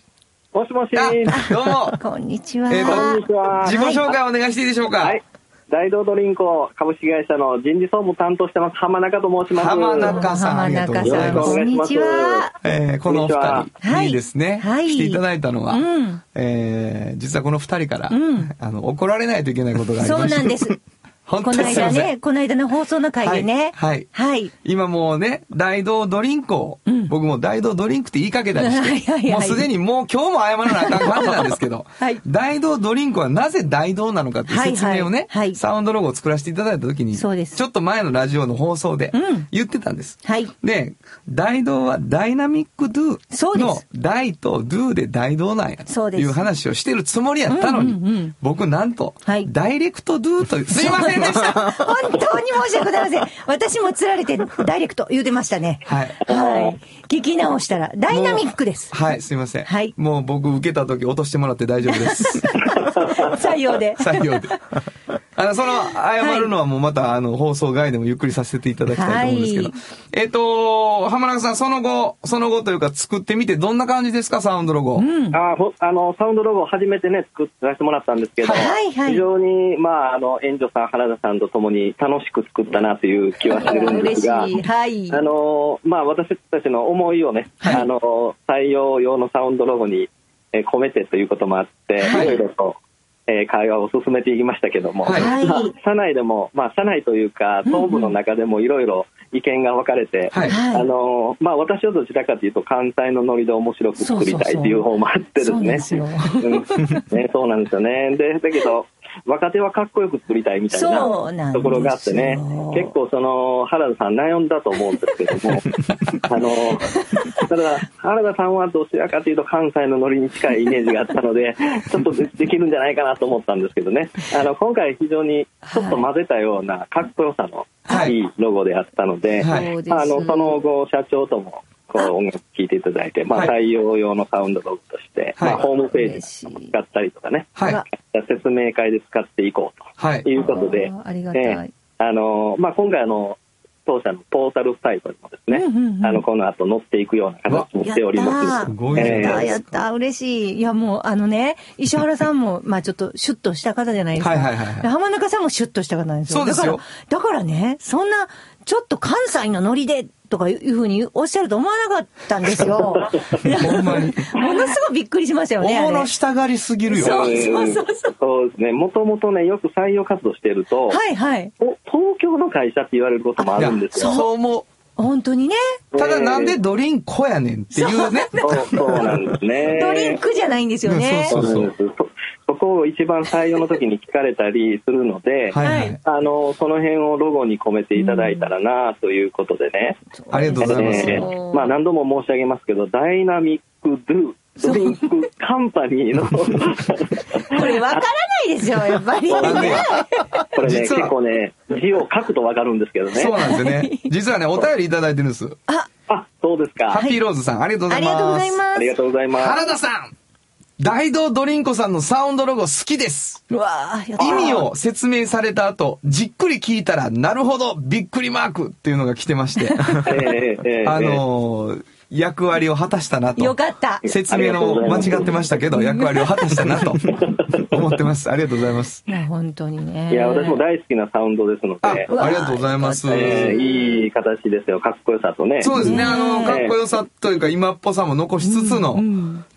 Speaker 6: もしもし。
Speaker 2: あ、どうも
Speaker 3: こんにちは。
Speaker 2: えー
Speaker 6: [laughs] こんにちは。
Speaker 2: 自己紹介お願いしていいでしょうか、
Speaker 6: はい。大道ドリンコ株式会社の人事総務担当してます、浜中と申します。
Speaker 2: 浜
Speaker 3: 浜
Speaker 2: 中
Speaker 3: 中さん、
Speaker 2: ありがとうございます
Speaker 3: こんにちは。
Speaker 2: えーこのお二人にですね、
Speaker 3: はいはい
Speaker 2: 来ていただいたのは、
Speaker 3: うん
Speaker 2: えー実はこの二人から、
Speaker 3: うん
Speaker 2: あの、怒られないといけないことがありま
Speaker 3: そう
Speaker 2: して
Speaker 3: なんです。
Speaker 2: [laughs] 本当
Speaker 3: こ
Speaker 2: に
Speaker 3: の
Speaker 2: すい
Speaker 3: 間
Speaker 2: ません。
Speaker 3: ね、この間の放送の回でね。
Speaker 2: はい
Speaker 3: はい。
Speaker 2: 今もうね、大道ドリンクを、
Speaker 3: うん
Speaker 2: 僕も大道ドリンクって言いかけたりし
Speaker 3: [laughs]
Speaker 2: て、
Speaker 3: はいはいはい
Speaker 2: もうすでにもう今日も謝らなあかん感じなんですけど、
Speaker 3: [laughs] はい
Speaker 2: 大道ドリンクはなぜ大道なのかっていう説明
Speaker 3: はいは
Speaker 2: をね、
Speaker 3: いはい
Speaker 2: サウンドロゴを作らせていただいた時に、
Speaker 3: そうです
Speaker 2: ちょっと前のラジオの放送で
Speaker 3: うん
Speaker 2: 言ってたんです。
Speaker 3: はい
Speaker 2: で、大道はダイナミックド
Speaker 3: そう
Speaker 2: ゥ
Speaker 3: で
Speaker 2: の
Speaker 3: す
Speaker 2: 大とドゥで大道なんや
Speaker 3: そ
Speaker 2: と
Speaker 3: うです
Speaker 2: いう話をしてるつもりやったのに、
Speaker 3: うんうんうん
Speaker 2: 僕なんと、
Speaker 3: はい
Speaker 2: ダイレクトドゥという、すいませんでした
Speaker 3: 本当に申し訳ございません。私も釣られて、ダイレクト言うてましたね。
Speaker 2: はい
Speaker 3: はい。聞き直したら、ダイナミックです。
Speaker 2: はい、すいません。
Speaker 3: はい
Speaker 2: もう僕受けた時落としてもらって大丈夫
Speaker 3: [laughs]
Speaker 2: です。
Speaker 3: 採用で。
Speaker 2: 採用で。あの、その、謝るのはもうまた、あの、放送外でもゆっくりさせていただきたいと思うんですけど。
Speaker 3: はい
Speaker 2: えっ、と、浜中さん、その後、その後というか作ってみてどんな感じですか、サウンドロゴ。
Speaker 6: あほあの、サウンドロゴを初めてね、作らせてもらったんですけど、
Speaker 3: はいはい
Speaker 6: 非常に、まあ、あの、援助さん、原田さんと共に楽しく作ったなという気はしてるんで
Speaker 3: 嬉
Speaker 6: す
Speaker 3: しい。
Speaker 6: が、
Speaker 3: はい。
Speaker 6: あの、まあ、私たちの思いをね、あの、採用用のサウンドロゴにえー込めてということもあって、
Speaker 2: はい
Speaker 6: いろいろと、えー会話を進めていきましたけども、
Speaker 2: はい
Speaker 6: まあ社内でも、まあ、社内というか、東部の中でもいろいろ意見が分かれて、
Speaker 2: はい
Speaker 3: はい
Speaker 6: あの、まあ、私はどちらかというと、関西のノリで面白く作りたいという方もあってですね。
Speaker 3: そうそう
Speaker 6: うんねそうなんですよね。で、だけど、若手はかっこよく作りたいみたい
Speaker 3: そうなんですよ
Speaker 6: なところがあってね、結構その、原田さん悩んだと思うんですけど
Speaker 3: [laughs]
Speaker 6: も、あの、ただ、原田さんはどちらかというと関西のノリに近いイメージがあったので、ちょっとでできるんじゃないかなと思ったんですけどね、あの、今回非常にちょっと混ぜたようなかっこよさのいいロゴであったので、
Speaker 2: はい
Speaker 3: そうです
Speaker 6: まああの、その後、社長とも、こう、音楽聴いていただいて、ま
Speaker 2: は
Speaker 6: あ、
Speaker 2: い
Speaker 6: 採用用のサウンドロゴとして、
Speaker 2: はい
Speaker 6: まあ、ホームペー
Speaker 3: 嬉し
Speaker 6: ジ
Speaker 3: い
Speaker 6: 使ったりとかね、
Speaker 2: はい。
Speaker 3: あ
Speaker 6: 説明会で使っていこ
Speaker 2: は
Speaker 6: うと
Speaker 2: い。
Speaker 6: いうことで、
Speaker 3: あーありがたい
Speaker 6: ええあの、まあ、今回、あの、当社のポータルサイトにもですね、
Speaker 3: うんうんうん
Speaker 6: あの、この後載っていくような形にしており
Speaker 3: や
Speaker 6: ま
Speaker 3: っ
Speaker 6: す。
Speaker 3: たー
Speaker 2: すごい
Speaker 6: え
Speaker 2: ね
Speaker 6: え
Speaker 3: やったやった嬉しい。いや、もう、あのね、石原さんも、 [laughs] まあちょっと、シュッとした方じゃないですか。
Speaker 2: はいはいはいはい
Speaker 3: で浜中さんもシュッとした方なんですよ。
Speaker 2: そうですよ
Speaker 3: だから、だからね、そんな、ちょっと関西のノリで、とかいうふうにおっしゃると思わなかったんですよ。
Speaker 2: [laughs] ほんまに。
Speaker 3: [laughs] ものすごいびっくりしましたよ
Speaker 2: お
Speaker 3: ね。あれ
Speaker 2: もろしたがりすぎるよ。
Speaker 3: そうそうそうそう。
Speaker 6: そうですね、もともとね、よく採用活動してると、
Speaker 3: はいはい。
Speaker 6: お東京の会社って言われることもあ
Speaker 2: いや
Speaker 6: るんですよ。
Speaker 2: そう思
Speaker 3: 本当にね、
Speaker 2: う。ただなんでドリンコやねんっていうね。
Speaker 6: そうそうなんですね。
Speaker 3: ドリンクじゃないんですよね。
Speaker 2: そ
Speaker 6: そうう
Speaker 2: そう
Speaker 6: なんです。そそこを一番採用の時に聞かれたりするので、
Speaker 2: はいは
Speaker 3: はいい。
Speaker 6: あの、その辺をロゴに込めていただいたらなということでね。
Speaker 2: ありがとうございます
Speaker 6: えーまあ何度も申し上げますけど、ダイナミックドゥドリンクカンパニー
Speaker 2: [laughs]
Speaker 6: の、
Speaker 3: これわからないでしょ、やっぱり。
Speaker 6: わかんないこれね、
Speaker 2: 実
Speaker 6: 結
Speaker 2: は
Speaker 6: 構ね、字を書くとわかるんですけどね
Speaker 2: そう。なんですよ
Speaker 3: [laughs]
Speaker 2: ね。実はね、お便りいただいてるんです。
Speaker 6: あ、そうです
Speaker 2: ハ
Speaker 6: か
Speaker 2: ッ。ピーローズさん、ありがとうござ
Speaker 3: あ
Speaker 2: い
Speaker 3: り
Speaker 2: ます。
Speaker 3: がとうございま
Speaker 6: ありが
Speaker 3: す。
Speaker 6: とうございます
Speaker 2: 原。田さん大道ドリンコさんのサウンドロゴ好きです
Speaker 3: うわあ、やった
Speaker 2: 意味を説明された後、じっくり聞いたら、なるほど、びっくりマークっていうのが来て
Speaker 3: [laughs]
Speaker 2: まして、
Speaker 6: ええええええ
Speaker 2: あのー役割を果たしたなと。
Speaker 3: よかった。
Speaker 2: 説明の間違ってましたけど、役割を果たしたな
Speaker 3: [laughs]
Speaker 2: と思ってます。ありがとうございます。
Speaker 3: もう本当にね。
Speaker 6: いや、私も大好きなサウンドですの
Speaker 2: あ、あ
Speaker 6: で、
Speaker 2: りがとうございます。
Speaker 6: ええいい形ですよ。かっこよさとね。
Speaker 2: そうですね、あの、
Speaker 6: ね
Speaker 2: かっこよさというか、今っぽさも残しつつの、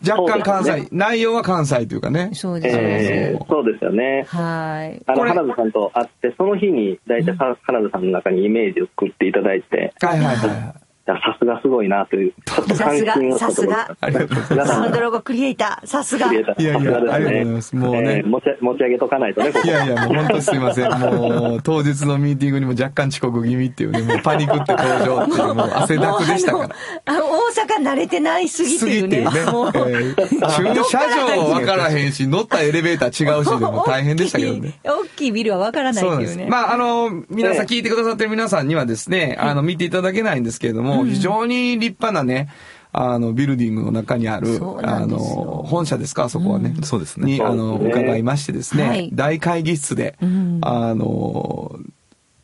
Speaker 2: 若干関
Speaker 6: そう
Speaker 2: 西
Speaker 6: で、
Speaker 2: 内容は関西というかね。
Speaker 3: そうですね。
Speaker 6: ええそうですよね。
Speaker 3: はい。
Speaker 6: あ
Speaker 2: こ
Speaker 6: の、
Speaker 2: れ
Speaker 6: 原田さんと会って、その日に、大体、原田さんの中にイメージを作っていただいて、
Speaker 2: はいはいはい。
Speaker 6: いやさすがすごいなという、ちょっと
Speaker 3: さ
Speaker 6: 関
Speaker 3: すが
Speaker 6: 心を、
Speaker 3: さすが。
Speaker 2: ありがとうございます。
Speaker 6: 皆
Speaker 3: サ
Speaker 6: さ
Speaker 3: ウン
Speaker 6: ん
Speaker 3: ドロゴクリエイター、さすが
Speaker 6: 入。れたさ
Speaker 2: いやい
Speaker 6: す
Speaker 2: や
Speaker 6: がですね
Speaker 2: ありがとうございますもうね
Speaker 6: えー持ち持ち上げとかないとね、ここ
Speaker 2: いやいや、もう本当にすいません。もう、当日のミーティングにも若干遅刻気味っていうね、もうパニックって登場っていう、もう汗だくでしたから。
Speaker 3: あの、大阪慣れてないすぎっ
Speaker 2: す
Speaker 3: て
Speaker 2: ぎ
Speaker 3: い
Speaker 2: っ
Speaker 3: う
Speaker 2: てい
Speaker 3: ね。
Speaker 2: うね。え
Speaker 3: もう
Speaker 2: ー駐車場もわからへんし、乗ったエレベーター違うしでも大変でしたけどね。
Speaker 3: [laughs] 大きい大きいビルはわからない
Speaker 2: そう
Speaker 3: っ
Speaker 2: なん
Speaker 3: て
Speaker 2: で
Speaker 3: いう
Speaker 2: す。
Speaker 3: ね。
Speaker 2: まあ、あの、皆さん聞いてくださってる皆さんにはですね、あの、見ていただけないんですけれども、非常に立派なね、あの、ビルディングの中にある
Speaker 3: そ、う
Speaker 2: あ
Speaker 3: なん
Speaker 2: の、
Speaker 3: ですよ
Speaker 2: 本社ですか、あそこはね。
Speaker 5: そうですね
Speaker 2: に、あの、
Speaker 6: そうですね
Speaker 2: 伺いましてですね、
Speaker 3: はい
Speaker 2: 大会議室で、
Speaker 3: ん
Speaker 2: あの、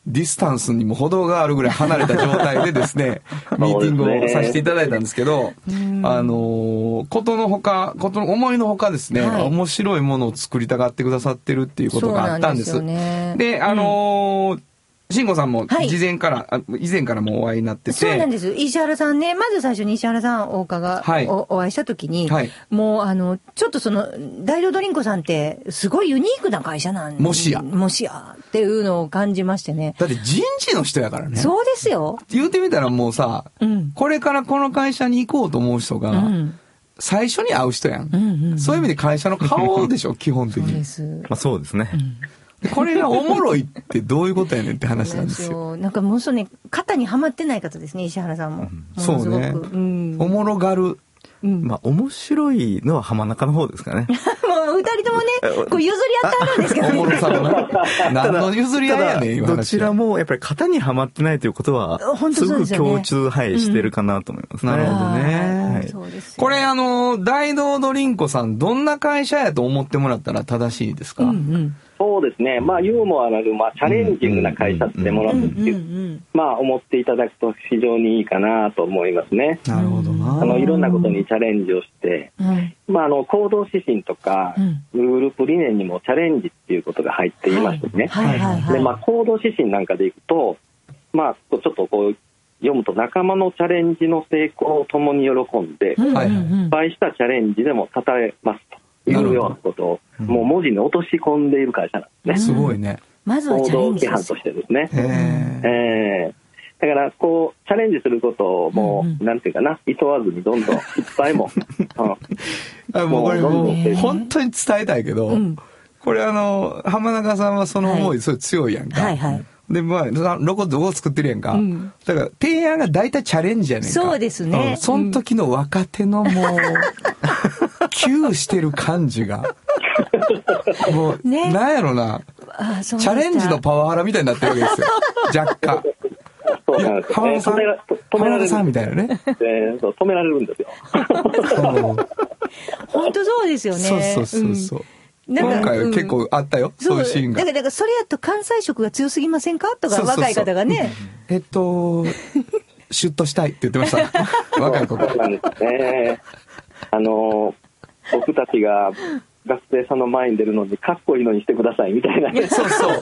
Speaker 2: ディスタンスにも程があるぐらい離れた状態でです
Speaker 6: [laughs]
Speaker 2: ね、ミーティングをさせていただいたんですけど、あの、ことのほか、ことの思いのほかですね、
Speaker 3: はい
Speaker 2: 面白いものを作りたがってくださってるっていうことがあったんです。
Speaker 3: そうなんですよね
Speaker 2: で、あのー慎吾さんも
Speaker 3: はい
Speaker 2: 事前から、あ以前からもお会いになってて。
Speaker 3: そうなんです。石原さんね、まず最初に石原さん、大岡が
Speaker 2: はい
Speaker 3: おお会いした時に
Speaker 2: はい、
Speaker 3: もうあの、ちょっとその、大道ドリンコさんって、すごいユニークな会社なん
Speaker 2: もしや
Speaker 3: もしや、っていうのを感じましてね。
Speaker 2: だって人事の人やからね。
Speaker 3: そうですよ。
Speaker 2: 言うてみたらもうさ、
Speaker 3: うん
Speaker 2: これからこの会社に行こうと思う人が、
Speaker 3: うん。
Speaker 2: 最初に会う人やん,、
Speaker 3: うんうんうん
Speaker 2: そういう意味で会社の顔でしょ、基本的
Speaker 3: そうで
Speaker 2: に。
Speaker 3: す。
Speaker 5: まあそうですね。
Speaker 2: でこれがおもろいってどういうことやねんって話なんですよ。
Speaker 3: そうなんかもうそうね、肩にはまってない方ですね、石原さんも。もの
Speaker 2: そ
Speaker 3: す
Speaker 2: う
Speaker 3: ごく
Speaker 2: ね、
Speaker 3: うん。
Speaker 2: お
Speaker 3: も
Speaker 2: もろがる。
Speaker 5: まあ面白いのは浜中の方ですかね。
Speaker 3: う二人ともね、こう譲り合ってあるんですけど
Speaker 2: おもろ
Speaker 3: ね。
Speaker 2: さのな。何の譲り合いやねん、今
Speaker 5: ただ
Speaker 2: 話
Speaker 5: どちらもやっぱり型にはまってないということは
Speaker 3: 本、当そ
Speaker 5: す
Speaker 3: う
Speaker 5: ご
Speaker 3: で
Speaker 5: く
Speaker 3: すよね
Speaker 5: 共通、はい、してるかなと思います、
Speaker 2: なるほど
Speaker 3: あー
Speaker 5: はい
Speaker 3: そうですよ
Speaker 2: これあのー、大道ドリンコさん、どんな会社やと思ってもらったら正しいですか、
Speaker 3: うんうん。
Speaker 6: そうですね、まあ、ユーモアなく、まあ、チャレンジングな会社ってもの
Speaker 3: う
Speaker 6: だ
Speaker 3: ん
Speaker 6: と
Speaker 3: うんうん。
Speaker 6: まあ、思っていただくと非常にいいかなと思いますね。
Speaker 2: なるほどな
Speaker 6: あのいろんなことにチャレンジをして、
Speaker 3: うん
Speaker 6: まあ、あの行動指針とか、グループ理念にもチャレンジっていうことが入っていましてね、
Speaker 3: はいはいはい。
Speaker 6: でまあ、行動指針なんかでいくと、まあ、ちょっとこう読むと、仲間のチャレンジの成功を共に喜んで、
Speaker 3: うんうんうん
Speaker 2: はいはい
Speaker 6: 失敗したチャレンジでも称えますというようなことを、もう文字に落とし込んでいる会社なんです
Speaker 2: す
Speaker 6: ね、
Speaker 2: ごいね。
Speaker 3: まずは
Speaker 6: 行
Speaker 3: チャレ
Speaker 6: 動
Speaker 3: ンジで
Speaker 6: 規範
Speaker 3: す
Speaker 6: と。してですね。
Speaker 2: へえ。
Speaker 6: ええだからこうチャレンジすることをもう、
Speaker 3: うんうん
Speaker 6: なんていうかないとわずにどんどんいっぱいも、うん
Speaker 2: あもうこれも
Speaker 6: もう
Speaker 2: う本当に伝えたいけど、
Speaker 3: うん
Speaker 2: これあの、浜中さんはその思、
Speaker 3: はいい
Speaker 2: それ強いやんか。
Speaker 3: はいはい。
Speaker 2: で、まあ、ロゴどこ作ってるやんか。
Speaker 3: うん
Speaker 2: だから、提案が大体チャレンジやねんか。
Speaker 3: そうですね
Speaker 2: んその時の若手のも [laughs] う、窮してる感じ
Speaker 3: [laughs]
Speaker 2: が。もう、
Speaker 3: ね
Speaker 2: なんやろな。
Speaker 3: あそうでし
Speaker 2: チ
Speaker 3: た
Speaker 2: ャレンジのパワハラみたいになってるわ
Speaker 3: [laughs]
Speaker 2: けですよ。若干。
Speaker 6: そうなんですよ
Speaker 2: 浜
Speaker 6: ね
Speaker 2: 田さん
Speaker 6: 止めら、止
Speaker 2: 浜
Speaker 6: められ
Speaker 2: 田
Speaker 6: る
Speaker 2: さんみ
Speaker 6: ん
Speaker 2: たいなね。
Speaker 6: ですねそう止められるんですよ。
Speaker 2: そう
Speaker 3: 本当そうですよね。
Speaker 2: そうそうそうそう。
Speaker 3: うん。なんか
Speaker 2: 今回は結
Speaker 3: うん
Speaker 2: 構あったよ、そういうシーンが
Speaker 3: だから、だからそれやと関西色が強すぎませんかと
Speaker 2: そ
Speaker 3: か、
Speaker 2: うそうそう
Speaker 3: 若い方がね。
Speaker 2: えっとシュッとしたいって言ってました
Speaker 3: [laughs]
Speaker 2: 若い子が
Speaker 6: そうなんですね。あの僕たちが学生さんの前に出るのにかっこいいのにしてくださいみたいな、ね、
Speaker 2: そうそう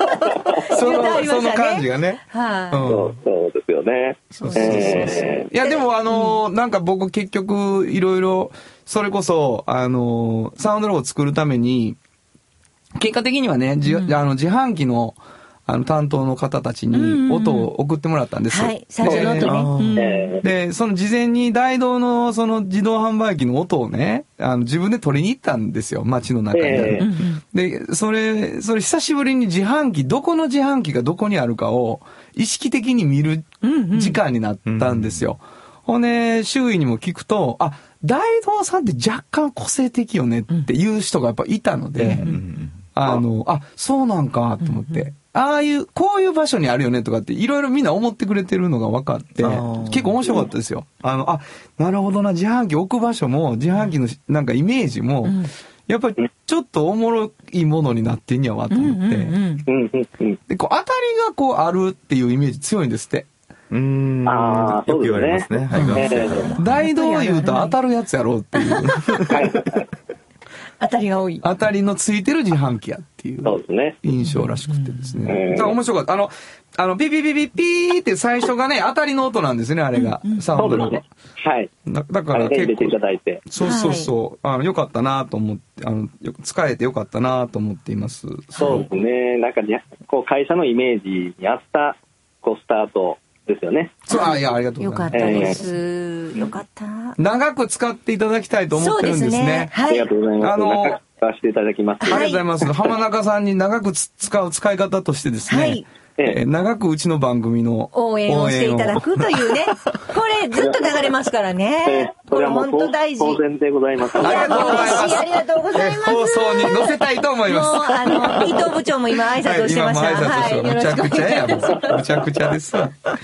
Speaker 2: そ
Speaker 3: 言うてあ
Speaker 2: の
Speaker 3: りました
Speaker 2: そ
Speaker 3: ね
Speaker 2: の感じがね
Speaker 3: はい。
Speaker 2: うん
Speaker 6: そうそうですよね。
Speaker 3: そうそうそうそう
Speaker 6: ええ
Speaker 2: いやでもあのーなんか僕結局いろいろそれこそあのーサウンドロゴを作るために結果的にはねじ、あの自販機のあの担当の方たち
Speaker 3: うんうん
Speaker 2: に
Speaker 3: うん
Speaker 2: 音を送ってもらったんです、
Speaker 3: はい。最初の
Speaker 2: で
Speaker 3: 音ね。うん
Speaker 6: ええ
Speaker 2: で、その事前に大道のその自動販売機の音をね、あの自分で取りに行ったんですよ、街の中にあ
Speaker 6: ええ
Speaker 2: る。で、それ、それ久しぶりに自販機、どこの自販機がどこにあるかを意識的に見る時間になったんですよ。ほんで、周囲にも聞くと、あ、大道さんって若干個性的よねっていう人がやっぱいたので、
Speaker 5: うん
Speaker 2: あの、あ、そうなんかと思って、ああいう、こういう場所にあるよねとかって、いろいろみんな思ってくれてるのが分かって
Speaker 5: あー、
Speaker 2: 結構面白かったですよ。あの、あ、なるほどな、自販機置く場所も、自販機のなんかイメージも、
Speaker 3: うん
Speaker 2: やっぱりちょっとおもろいものになってんやわと思って、
Speaker 3: うん
Speaker 6: うんうんうん。
Speaker 2: で、こう、当たりがこうあるっていうイメージ強いんですって。
Speaker 5: うんうん
Speaker 6: あー
Speaker 5: よく言われますね。
Speaker 6: そ
Speaker 5: はい、学生から
Speaker 6: え
Speaker 5: も。
Speaker 2: 大道言うと当たるやつやろうっていう、
Speaker 3: 当たりが多い。
Speaker 2: 当たりのついてる自販機やっていう。
Speaker 6: そうですね。
Speaker 2: 印象らしくてです
Speaker 6: うんうん
Speaker 2: ね。だから面白かった。あの、あの、ピピピピピーって最初がね、当たりの音なんですね、あれが。サウ
Speaker 6: そ
Speaker 2: ンド
Speaker 6: うで
Speaker 2: の
Speaker 6: すね。はい。
Speaker 2: だだか
Speaker 6: あれ
Speaker 2: ら
Speaker 6: で入
Speaker 2: 結
Speaker 6: れてい
Speaker 2: 構、
Speaker 6: ただいて。
Speaker 2: そうそうそう、あの、良かったなと思って、あの、よ使えて良かったなと思っています。
Speaker 6: そうですね。なんかね、こう会社のイメージに合った、こうスタートですよね。
Speaker 2: そう。あ、いや、ありがとう
Speaker 3: よ
Speaker 2: ござ
Speaker 3: か
Speaker 2: い
Speaker 3: っ
Speaker 2: ま
Speaker 3: たです。よかった。
Speaker 2: す。長く使っていただきたいと思ってるんですね。
Speaker 3: は
Speaker 6: ありが
Speaker 3: い
Speaker 6: と。うございます。
Speaker 2: あのー
Speaker 6: 中させていただきます。
Speaker 2: ありがとうございます。浜中さんに長くつ使う使い方としてですね、
Speaker 3: はい
Speaker 2: えー長くうちの番組の
Speaker 3: 応援をしていただくというね。これずっと流れますから
Speaker 6: [laughs]
Speaker 3: ね。これ本当大事。
Speaker 6: 当然でございます。
Speaker 2: ありがとうございます
Speaker 3: 嬉しありがとうございます。
Speaker 2: 放送に載せたいと思います。
Speaker 3: もう、あの、
Speaker 2: [laughs]
Speaker 3: 伊藤部長も今挨拶をしてました。
Speaker 2: はい、今も挨拶をして
Speaker 3: は
Speaker 2: ま
Speaker 3: い、よろ
Speaker 2: し
Speaker 3: したくお
Speaker 2: むちゃくちゃ
Speaker 3: 願いし
Speaker 2: や
Speaker 3: ます。
Speaker 2: もうむちゃくちゃで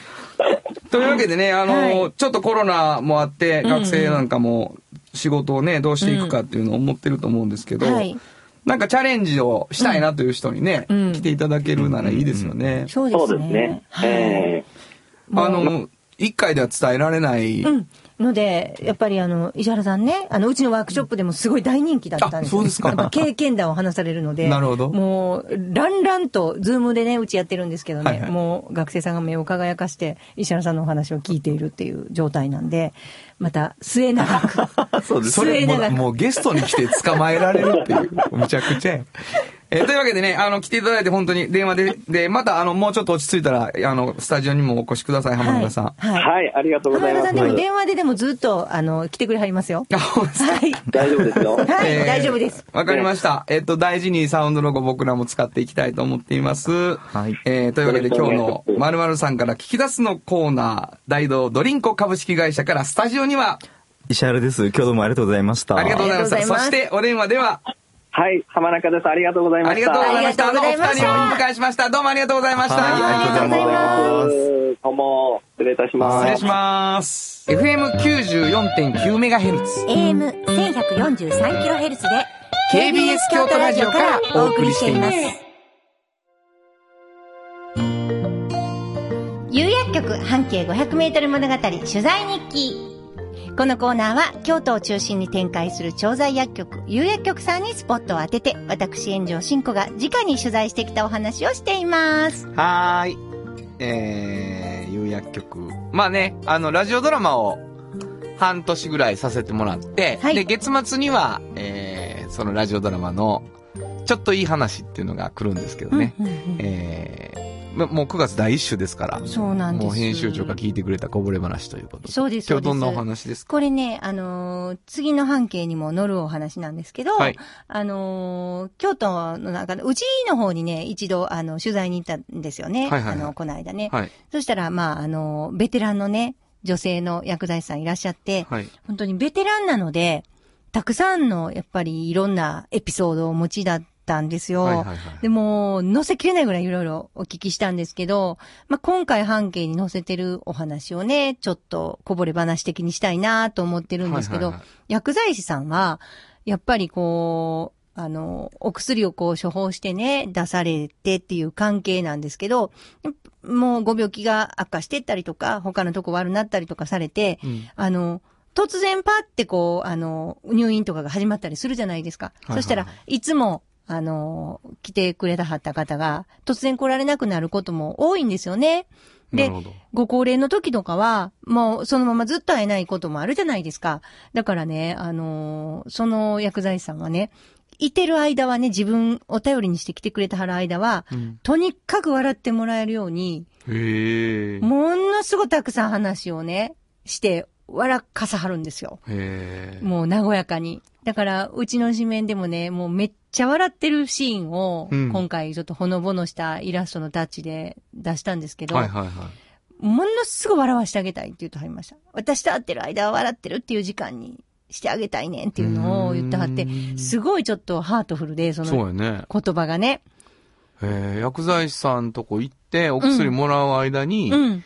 Speaker 2: す [laughs] わ。というわけでね、あの、
Speaker 3: はい
Speaker 2: ちょっとコロナもあって、
Speaker 3: ん
Speaker 2: 学生なんかも仕事をね、どうしていくかっていうのを思ってると思うんですけど、
Speaker 3: はい
Speaker 2: なんかチャレンジをしたいなという人にね、
Speaker 3: うん
Speaker 2: 来ていただけるならいいですよね。
Speaker 3: そうで
Speaker 6: そ
Speaker 3: す
Speaker 6: うですね
Speaker 3: ね。。はい。
Speaker 6: え
Speaker 2: あの、一回では伝えられない、
Speaker 3: うん。ので、やっぱりあの、石原さんね、あの、うちのワークショップでもすごい大人気だったんですよ
Speaker 2: あそうですか
Speaker 3: やっぱ経験談を話されるので。
Speaker 2: なるほど
Speaker 3: もう、ランランと、ズームでね、うちやってるんですけどね、
Speaker 2: はいはい
Speaker 3: もう学生さんが目を輝かして、石原さんのお話を聞いているっていう状態なんで、また、末永く。
Speaker 5: そうです
Speaker 2: それも
Speaker 3: 末
Speaker 2: う
Speaker 3: 永く
Speaker 2: もうゲストに来て捕まえられるっていう、 [laughs] むちゃくちゃや。えーというわけでね、あの、来ていただいて本当に電話で、で、またあの、もうちょっと落ち着いたら、あの、スタジオにもお越しください、浜中さん。
Speaker 3: はい。
Speaker 6: え
Speaker 3: はい
Speaker 6: はい、ありがとうござ
Speaker 3: 浜
Speaker 6: い
Speaker 3: 田さ
Speaker 6: ます
Speaker 3: ん、で。も電話ででもずっと、あの、来てくれはりますよ。
Speaker 2: あほんまですか
Speaker 3: はい。
Speaker 6: 大丈夫ですよ。
Speaker 3: はい
Speaker 2: [laughs] えー
Speaker 3: 大丈夫です。
Speaker 2: わかりました。えっと、大事にサウンドロゴ僕らも使っていきたいと思っています。
Speaker 5: はい
Speaker 2: えーというわけで今日の
Speaker 6: よろしくお願いします
Speaker 2: 〇〇さんから聞き出すのコーナー、大道ドリンコ株式会社からスタジオには、
Speaker 5: 石原です。今日どうもありがとうございました。
Speaker 2: ありがとうございました。
Speaker 3: ありがとうございま
Speaker 2: そ
Speaker 3: す
Speaker 2: して、お電話では、
Speaker 6: はい、浜中です。ありがとうござい
Speaker 2: あ
Speaker 6: ま
Speaker 2: り
Speaker 6: し
Speaker 2: がとうござ
Speaker 6: た。
Speaker 2: いました。
Speaker 3: あ
Speaker 2: あ
Speaker 3: りが
Speaker 2: の、お
Speaker 3: とうございました
Speaker 2: 二人をお迎えしました。どうもありがとうございました。
Speaker 5: はいありがとうございます
Speaker 6: す。どうも、失礼いたします。
Speaker 2: 失礼します。FM94.9MHz。
Speaker 1: AM1143kHz で
Speaker 2: KBS 京都ラジオからお送りしています。
Speaker 3: 有薬局半径500メートル物語取材日記。このコーナーは京都を中心に展開する調剤薬局、有薬局さんにスポットを当てて、私炎上真子が直に取材してきたお話をしています。
Speaker 2: はーい。えー、有薬局。まあね、あの、ラジオドラマを半年ぐらいさせてもらって、
Speaker 3: はい
Speaker 2: で、月末には、えー、そのラジオドラマの、ちょっといい話っていうのが来るんですけどね。
Speaker 3: うんうんうん
Speaker 2: えー、まもう9月第1週ですから。
Speaker 3: そうなんです。
Speaker 2: もう編集長が聞いてくれたこぼれ話ということで。
Speaker 3: そうです
Speaker 2: 今日どんな
Speaker 3: そう
Speaker 2: お
Speaker 3: です
Speaker 2: 話ですか
Speaker 3: これね、あのー次の半径にも載るお話なんですけど、
Speaker 2: はい
Speaker 3: あのー京都の中の、うちの方にね、一度、あの、取材に行ったんですよね。
Speaker 2: はいはいはい
Speaker 3: あの、この間ね。
Speaker 2: はい。
Speaker 3: そしたら、まあ、あのーベテランのね、女性の薬剤師さんいらっしゃって、
Speaker 2: はい。
Speaker 3: 本当にベテランなので、たくさんの、やっぱりいろんなエピソードをお持ちだったんですよ。
Speaker 2: はいはいはい
Speaker 3: でも、載せきれないぐらいいろいろお聞きしたんですけど、まあ、今回半径に載せてるお話をね、ちょっとこぼれ話的にしたいなと思ってるんですけど、
Speaker 2: はいはいはい
Speaker 3: 薬剤師さんは、やっぱりこう、あの、お薬をこう処方してね、出されてっていう関係なんですけど、もうご病気が悪化してったりとか、他のとこ悪なったりとかされて、
Speaker 2: うん
Speaker 3: あの、突然パってこう、あの、入院とかが始まったりするじゃないですか。
Speaker 2: はいは
Speaker 3: そ
Speaker 2: い
Speaker 3: したら、いつも、あの、来てくれたはった方が、突然来られなくなることも多いんですよね。
Speaker 2: な
Speaker 3: で
Speaker 2: る、ほど。
Speaker 3: ご高齢の時とかは、もうそのままずっと会えないこともあるじゃないですか。だからね、あのーその薬剤師さんはね、いてる間はね、自分を頼りにして来てくれたはる間は、
Speaker 2: うん
Speaker 3: とにかく笑ってもらえるように、
Speaker 2: へえ。
Speaker 3: ものすごくたくさん話をね、して、笑かさはるんですよ。
Speaker 2: へえ。
Speaker 3: もう和やかに。だから、うちの紙面でもね、もうめっちゃ笑ってるシーンを、
Speaker 2: うん
Speaker 3: 今回ちょっとほのぼのしたイラストのタッチで出したんですけど、
Speaker 2: はいはいはい。
Speaker 3: ものすごい笑わしてあげたいって言うとはりました。私と会ってる間は笑ってるっていう時間にしてあげたいねんっていうのを言ってはって
Speaker 2: う、ん
Speaker 3: すごいちょっとハートフルで、そ
Speaker 2: そう
Speaker 3: の
Speaker 2: やね。
Speaker 3: 言葉がね。
Speaker 2: えー、薬剤師さんとこ行って、お薬もらう間に、
Speaker 3: うん。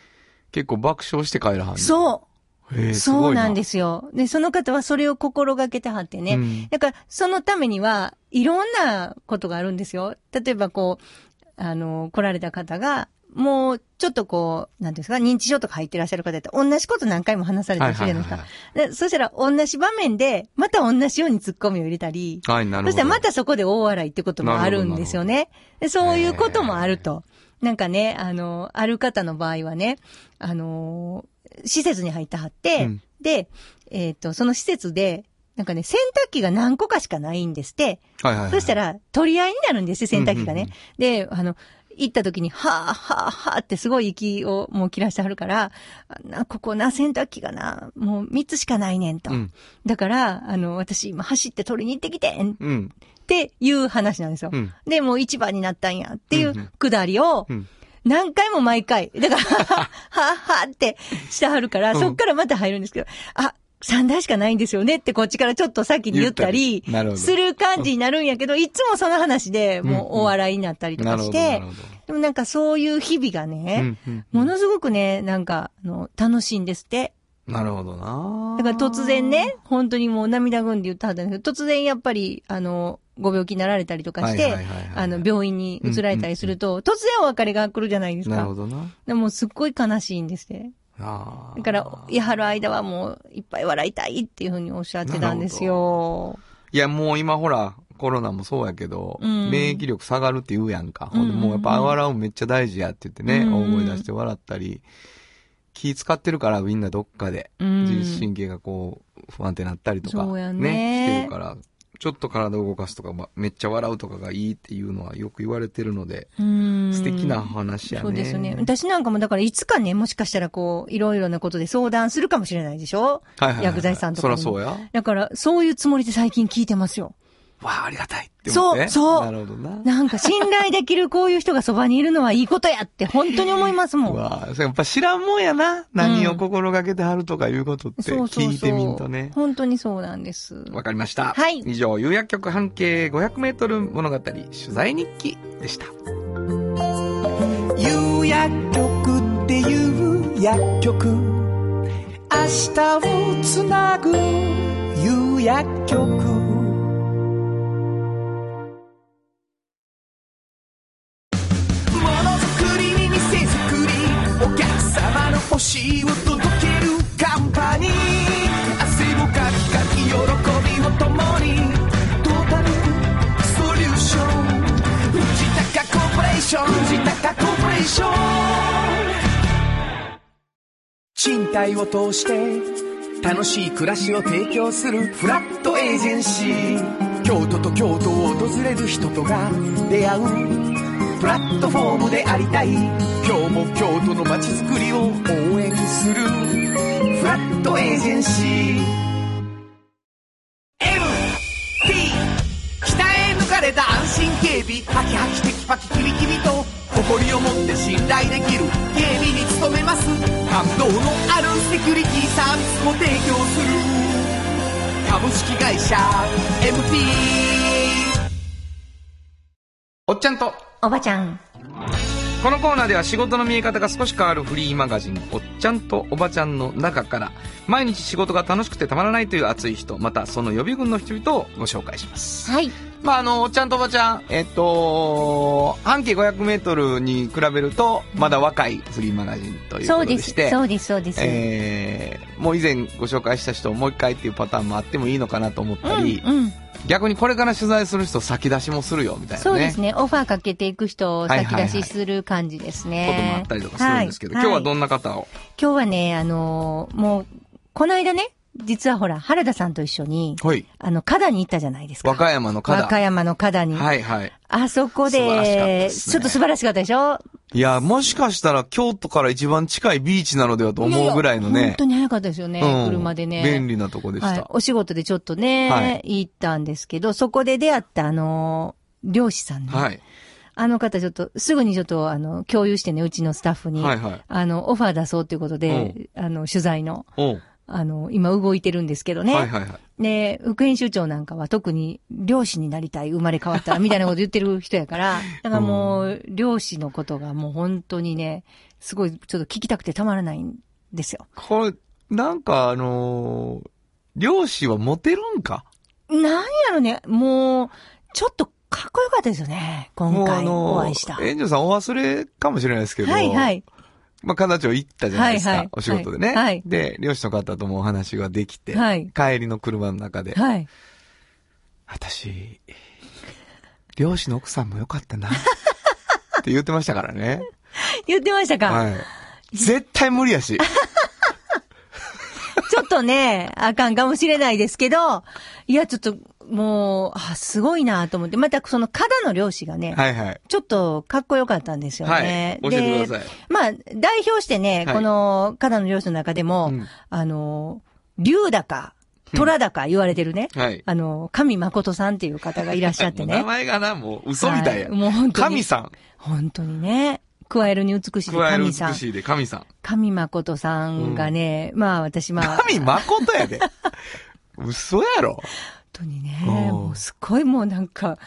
Speaker 2: 結構爆笑して帰らはん。
Speaker 3: そう
Speaker 2: えー、
Speaker 3: う。
Speaker 2: すご
Speaker 3: そう
Speaker 2: いな。
Speaker 3: なんですすよ。で、その方はそれを心がけてはってね。だから、そのためには、いろんなことがあるんですよ。例えば、こう、あの、来られた方が、もう、ちょっとこう、なんていうんですか、認知症とか入ってらっしゃる方って、同じこと何回も話されてるじゃないですか。でそしたら、同じ場面で、また同じように突っ込みを入れたり、
Speaker 2: はい、なるほ
Speaker 3: そ
Speaker 2: ど。
Speaker 3: したらまたそこで大笑いってこともあるんですよね。でそういうこともあると。なんかね、あの、ある方の場合はね、あの、施設に入ってはって、
Speaker 2: うん
Speaker 3: で、えっ、と、その施設で、なんかね、洗濯機が何個かしかないんですって、
Speaker 2: はいはいはい、
Speaker 3: そしたら取り合いになるんですよ、洗濯機がね。
Speaker 2: うんうん
Speaker 3: で、あの、行った時に、はあ、はあ、はあってすごい息をもう切らしてはるから、あな、ここな、洗濯機がな、もう3つしかないねんと。
Speaker 2: うん
Speaker 3: だから、あの、私今走って取りに行ってきてん
Speaker 2: うん。
Speaker 3: っていう話なんですよ。
Speaker 2: うん
Speaker 3: で、もう一番になったんやってい
Speaker 2: んう
Speaker 3: うんくだりを
Speaker 2: うん、
Speaker 3: 何回も毎回、だ
Speaker 2: [laughs]
Speaker 3: から、はあはあってしてはるから、
Speaker 2: うん
Speaker 3: そっからまた入るんですけど、あ、三台しかないんですよねってこっちからちょっと先に言った
Speaker 2: 言
Speaker 3: り
Speaker 2: ったりなるほど
Speaker 3: する感じになるんやけど、いつもその話でもうお笑いになったりと
Speaker 2: な
Speaker 3: か
Speaker 2: る
Speaker 3: し
Speaker 2: ほど。な
Speaker 3: て
Speaker 2: る、ほど。
Speaker 3: でもなんかそういう日々がね、
Speaker 2: うんうん
Speaker 3: ものすごくね、なんか、あの、楽しいんですって。
Speaker 2: なるほどな。
Speaker 3: だから突然ね、本当にもう涙ぐんで言ったはずなんですけど、突然やっぱり、あの、ご病気になられたりとかして、
Speaker 2: はいはいはいはい
Speaker 3: あの、病院に移られたりすると、突然お別れが来るじゃないです
Speaker 2: なるほ
Speaker 3: か。
Speaker 2: どな。
Speaker 3: でもすっごい悲しいんですって。
Speaker 2: あー
Speaker 3: だから、やはる間はもう、いっぱい笑いたいっていうふうにおっしゃってたんですよ。
Speaker 2: いや、もう今ほら、コロナもそうやけど、
Speaker 3: うん
Speaker 2: 免疫力下がるって言うやんか。ほんで
Speaker 3: うんうんうん
Speaker 2: もうやっぱ笑うめっちゃ大事やって言ってね、
Speaker 3: うんうん
Speaker 2: 思い出して笑ったり、気使ってるからみんなどっかで、
Speaker 3: うん
Speaker 2: 自律神経がこう、不安定になったりとか、
Speaker 3: そうやね
Speaker 2: してるから、ちょっと体を動かすとか、まめっちゃ笑うとかがいいっていうのはよく言われてるので、
Speaker 3: うん
Speaker 2: 素敵な話やね。
Speaker 3: そうですよね。私なんかもだからいつかね、もしかしたらこう、いろいろなことで相談するかもしれないでしょ
Speaker 2: はいはいはい
Speaker 3: 薬剤師さんとか
Speaker 2: そら
Speaker 3: に
Speaker 2: そうや。わ
Speaker 3: だから、そういうつもりで最近聞いてますよ。
Speaker 2: あ、ありがたいって思って。
Speaker 3: そうそう
Speaker 2: なるほどな。
Speaker 3: なんか信頼できるこういう人がそばにいるのはいいことやって本当に思いますも。
Speaker 2: うんわあ、それやっぱ知らんもんやな。何を心がけてはるとかいうことって
Speaker 3: そうそうそう。
Speaker 2: 聞いてみんとね。
Speaker 3: 本当にそうなんです。
Speaker 2: わかりました。
Speaker 3: はい
Speaker 2: 以上、有薬局半径500メートル物語取材日記でした。
Speaker 4: 有薬局っていう薬局明日をつなぐ有薬局ものづくりに店づくりお客様の欲しいを届けるカンパニー汗をかきかき喜びを共にトータルソリューション藤高コーポレーション藤高コーポレーション賃貸を通して楽しい暮らしを提供するフラットエージェンシー京都と京都を訪れる人とが出会うプラットフォームでありたい今日も京都の街づくりを応援するフラットエージェンシー MT 北へ抜かれた安心警備ハキハキテキパキキビキビと誇りを持って信頼できる警備に努めます感動のあるセキュリティサービスも提供する株式会社 MT
Speaker 2: おっちゃんと、
Speaker 3: おばちゃん。
Speaker 2: このコーナーでは仕事の見え方が少し変わるフリーマガジン、おっちゃんとおばちゃんの中から、毎日仕事が楽しくてたまらないという熱い人、またその予備軍の人々をご紹介します。
Speaker 3: はい。
Speaker 2: まあ、あの、おっちゃんとおばちゃん、えっと、半径500メートルに比べると、まだ若いフリーマガジンという
Speaker 3: そ
Speaker 2: こ
Speaker 3: う
Speaker 2: と
Speaker 3: で
Speaker 2: ですして、。
Speaker 3: そうです。そうです。
Speaker 2: えーもう以前ご紹介した人をもう一回っていうパターンもあってもいいのかなと思ったり、
Speaker 3: うん、うん。
Speaker 2: 逆にこれから取材する人先出しもするよみたいなね。
Speaker 3: そうですね。オファーかけていく人を先出しする感じです
Speaker 2: こともあ
Speaker 3: ね
Speaker 2: っ。たりとかするんですけど、今日はどんな方を、
Speaker 3: 今日はね、あのーもう、この間ね、実はほら、原田さんと一緒に、
Speaker 2: はい、
Speaker 3: あの、カダに行ったじゃないですか。
Speaker 2: 和歌山の方。
Speaker 3: 和山のカダに。
Speaker 2: はいはい。
Speaker 3: あそこ
Speaker 2: 素晴らしかった
Speaker 3: で、
Speaker 2: ですね
Speaker 3: ちょっと素晴らしかったでしょ
Speaker 2: いや、もしかしたら京都から一番近いビーチなのではと思うぐらい
Speaker 3: や
Speaker 2: の
Speaker 3: や本
Speaker 2: ね
Speaker 3: 当。に早かったですよね、
Speaker 2: うん
Speaker 3: 車でね。
Speaker 2: 便利なとこでした。
Speaker 3: はい。お仕事でちょっとね、
Speaker 2: はい
Speaker 3: 行ったんですけど、そこで出会ったあのー漁師さんね。
Speaker 2: はい。
Speaker 3: あの方ちょっと、すぐにちょっと、あの、共有してね、うちのスタッフに、
Speaker 2: はいはい
Speaker 3: あの、オファー出そうということで、あの、取材の、
Speaker 2: おう
Speaker 3: あの、今動いてるんですけどね。
Speaker 2: はいはいはい。
Speaker 3: で、副編集長なんかは特に漁師になりたい、生まれ変わったら、みたいなこと言ってる人やから、だからもう、漁師のことがもう本当にね、すごいちょっと聞きたくてたまらないんですよ。
Speaker 2: これ、なんかあのー漁師はモテるんか
Speaker 3: なんやろね、もう、ちょっとかっこよかったですよね、今
Speaker 2: うあ
Speaker 3: 回
Speaker 2: の
Speaker 3: お会いした。は
Speaker 2: エンジョさんお忘れかもしれないですけど。
Speaker 3: いはい。
Speaker 2: まあ、カナチョ行ったじゃないですか。
Speaker 3: はいはい
Speaker 2: お仕事でね、
Speaker 3: はいはい
Speaker 2: で、漁師の方ともお話ができて。
Speaker 3: はい
Speaker 2: 帰りの車の中で。
Speaker 3: はい。
Speaker 2: 私、漁師の奥さんもよかっ
Speaker 3: [laughs]
Speaker 2: たな。って言ってましたからね。
Speaker 3: 言ってましたか、
Speaker 2: はい。絶対無理やし。
Speaker 3: ちょっとね、あかんかもしれないですけど、いや、ちょっと、もう、あ、すごいなと思って、またその、カダの漁師がね、
Speaker 2: はいはい。
Speaker 3: ちょっとかっこよかったんですよね。
Speaker 2: はい教えてくだ
Speaker 3: で
Speaker 2: さい
Speaker 3: まあ、代表してね、
Speaker 2: はい
Speaker 3: この、カダの漁師の中でも、
Speaker 2: うん
Speaker 3: あの、竜だか、虎だか言われてるね、
Speaker 2: はい
Speaker 3: あの、神誠さんっていう方がいらっしゃって
Speaker 2: もう名
Speaker 3: ね。
Speaker 2: 前がな、もう嘘みたいや。
Speaker 3: はいもう本当に
Speaker 2: 神さん。
Speaker 3: 本当にね、加えるに美しいで
Speaker 2: 加える
Speaker 3: 神さ
Speaker 2: 美
Speaker 3: ん。
Speaker 2: しいで神さん。
Speaker 3: 神誠さんがね、まあ私まあ、
Speaker 2: 神誠
Speaker 3: [laughs]
Speaker 2: やで。嘘やろ。
Speaker 3: 本当にね、
Speaker 2: うん
Speaker 3: もうすっごいもうなんか、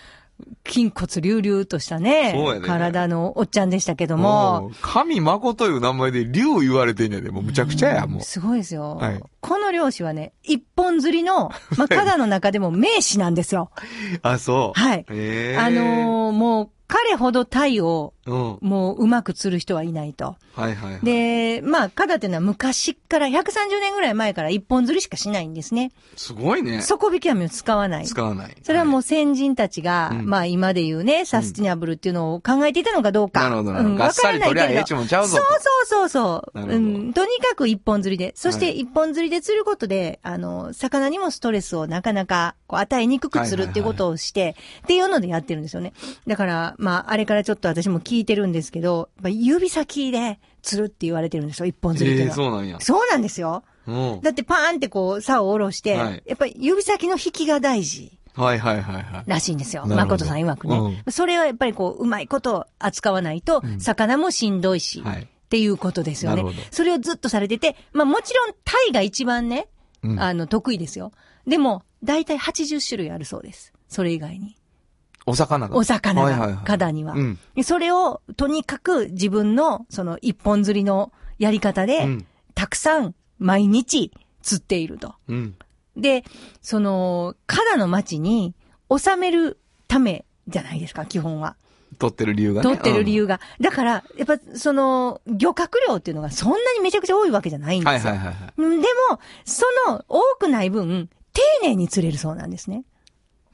Speaker 3: 筋骨隆々としたね
Speaker 2: そうやね
Speaker 3: 体のおっちゃんでしたけど
Speaker 2: う
Speaker 3: も、
Speaker 2: ん神誠という名前で竜言われてんねんで、もうむちゃくちゃや、もう。
Speaker 3: すごいですよ。
Speaker 2: はい
Speaker 3: この漁師はね、一本釣りの、まあ、カダの中でも名士なんですよ。
Speaker 2: あ、そう。
Speaker 3: はい
Speaker 2: ええ
Speaker 3: あのーもう、彼ほど鯛を、
Speaker 2: うん。
Speaker 3: もううまく釣る人はいないと。
Speaker 2: はいはいはい。
Speaker 3: で、まあ、カダっていうのは昔から、130年ぐらい前から一本釣りしかしないんですね。
Speaker 2: すごいね。
Speaker 3: 底引き網を使わない。
Speaker 2: 使わない。
Speaker 3: それはもう先人たちが、
Speaker 2: うん
Speaker 3: まあ今で言うね、サスティナブルっていうのを考えていたのかどうか。
Speaker 2: なるほどなるほ
Speaker 3: う
Speaker 2: ど
Speaker 3: ん
Speaker 2: がっさり
Speaker 3: わからないけれど
Speaker 2: 取りゃええちゅうもんちゃうぞ
Speaker 3: そうそうそうそう。
Speaker 2: なる
Speaker 3: う
Speaker 2: ほど
Speaker 3: ん。とにかく一本釣りで。そし
Speaker 2: は
Speaker 3: て
Speaker 2: い
Speaker 3: 一本釣りで釣ることで、あの、魚にもストレスをなかなかこう与えにくく釣るっていうことをして、っていうのでやってるんですよね。だから、まああれからちょっと私も聞いてるんですけど、やっぱ指先で釣るって言われてるんですよ、一本釣りって
Speaker 2: え
Speaker 3: い
Speaker 2: え
Speaker 3: うのは。
Speaker 2: そうなんや。
Speaker 3: そうなんですよ。
Speaker 2: うん。
Speaker 3: だってパーンってこう、竿を下ろして、
Speaker 2: はい
Speaker 3: やっぱり指先の引きが大事。
Speaker 2: はいはいはいはい。
Speaker 3: らしいんですよ。
Speaker 2: なるほど
Speaker 3: 誠さん曰くね。それはやっぱりこう、うまいこと扱わないと、魚もしんどいし、
Speaker 2: はい
Speaker 3: っていうことですよね
Speaker 2: なるほど。
Speaker 3: それをずっとされてて、まあもちろんタイが一番ね、
Speaker 2: うん
Speaker 3: あの、得意ですよ。でも、だいたい80種類あるそうです。それ以外に。
Speaker 2: お魚が。
Speaker 3: お魚
Speaker 2: はいはい
Speaker 3: が
Speaker 2: は、い
Speaker 3: カダには
Speaker 2: うん。
Speaker 3: でそれを、とにかく自分の、その一本釣りのやり方
Speaker 2: う
Speaker 3: で
Speaker 2: ん、
Speaker 3: たくさん毎日釣っていると。
Speaker 2: うん。
Speaker 3: で、その、カダの町に収めるためじゃないですか、基本は。
Speaker 2: 取ってる理由がね。
Speaker 3: 取ってる理由が。だから、やっぱその、漁獲量っていうのがそんなにめちゃくちゃ多いわけじゃない
Speaker 2: うんん。
Speaker 3: で
Speaker 2: はい
Speaker 3: す
Speaker 2: はい
Speaker 3: よ。
Speaker 2: はいは
Speaker 3: でも、その多くない分、丁寧に釣れるそうなんですね。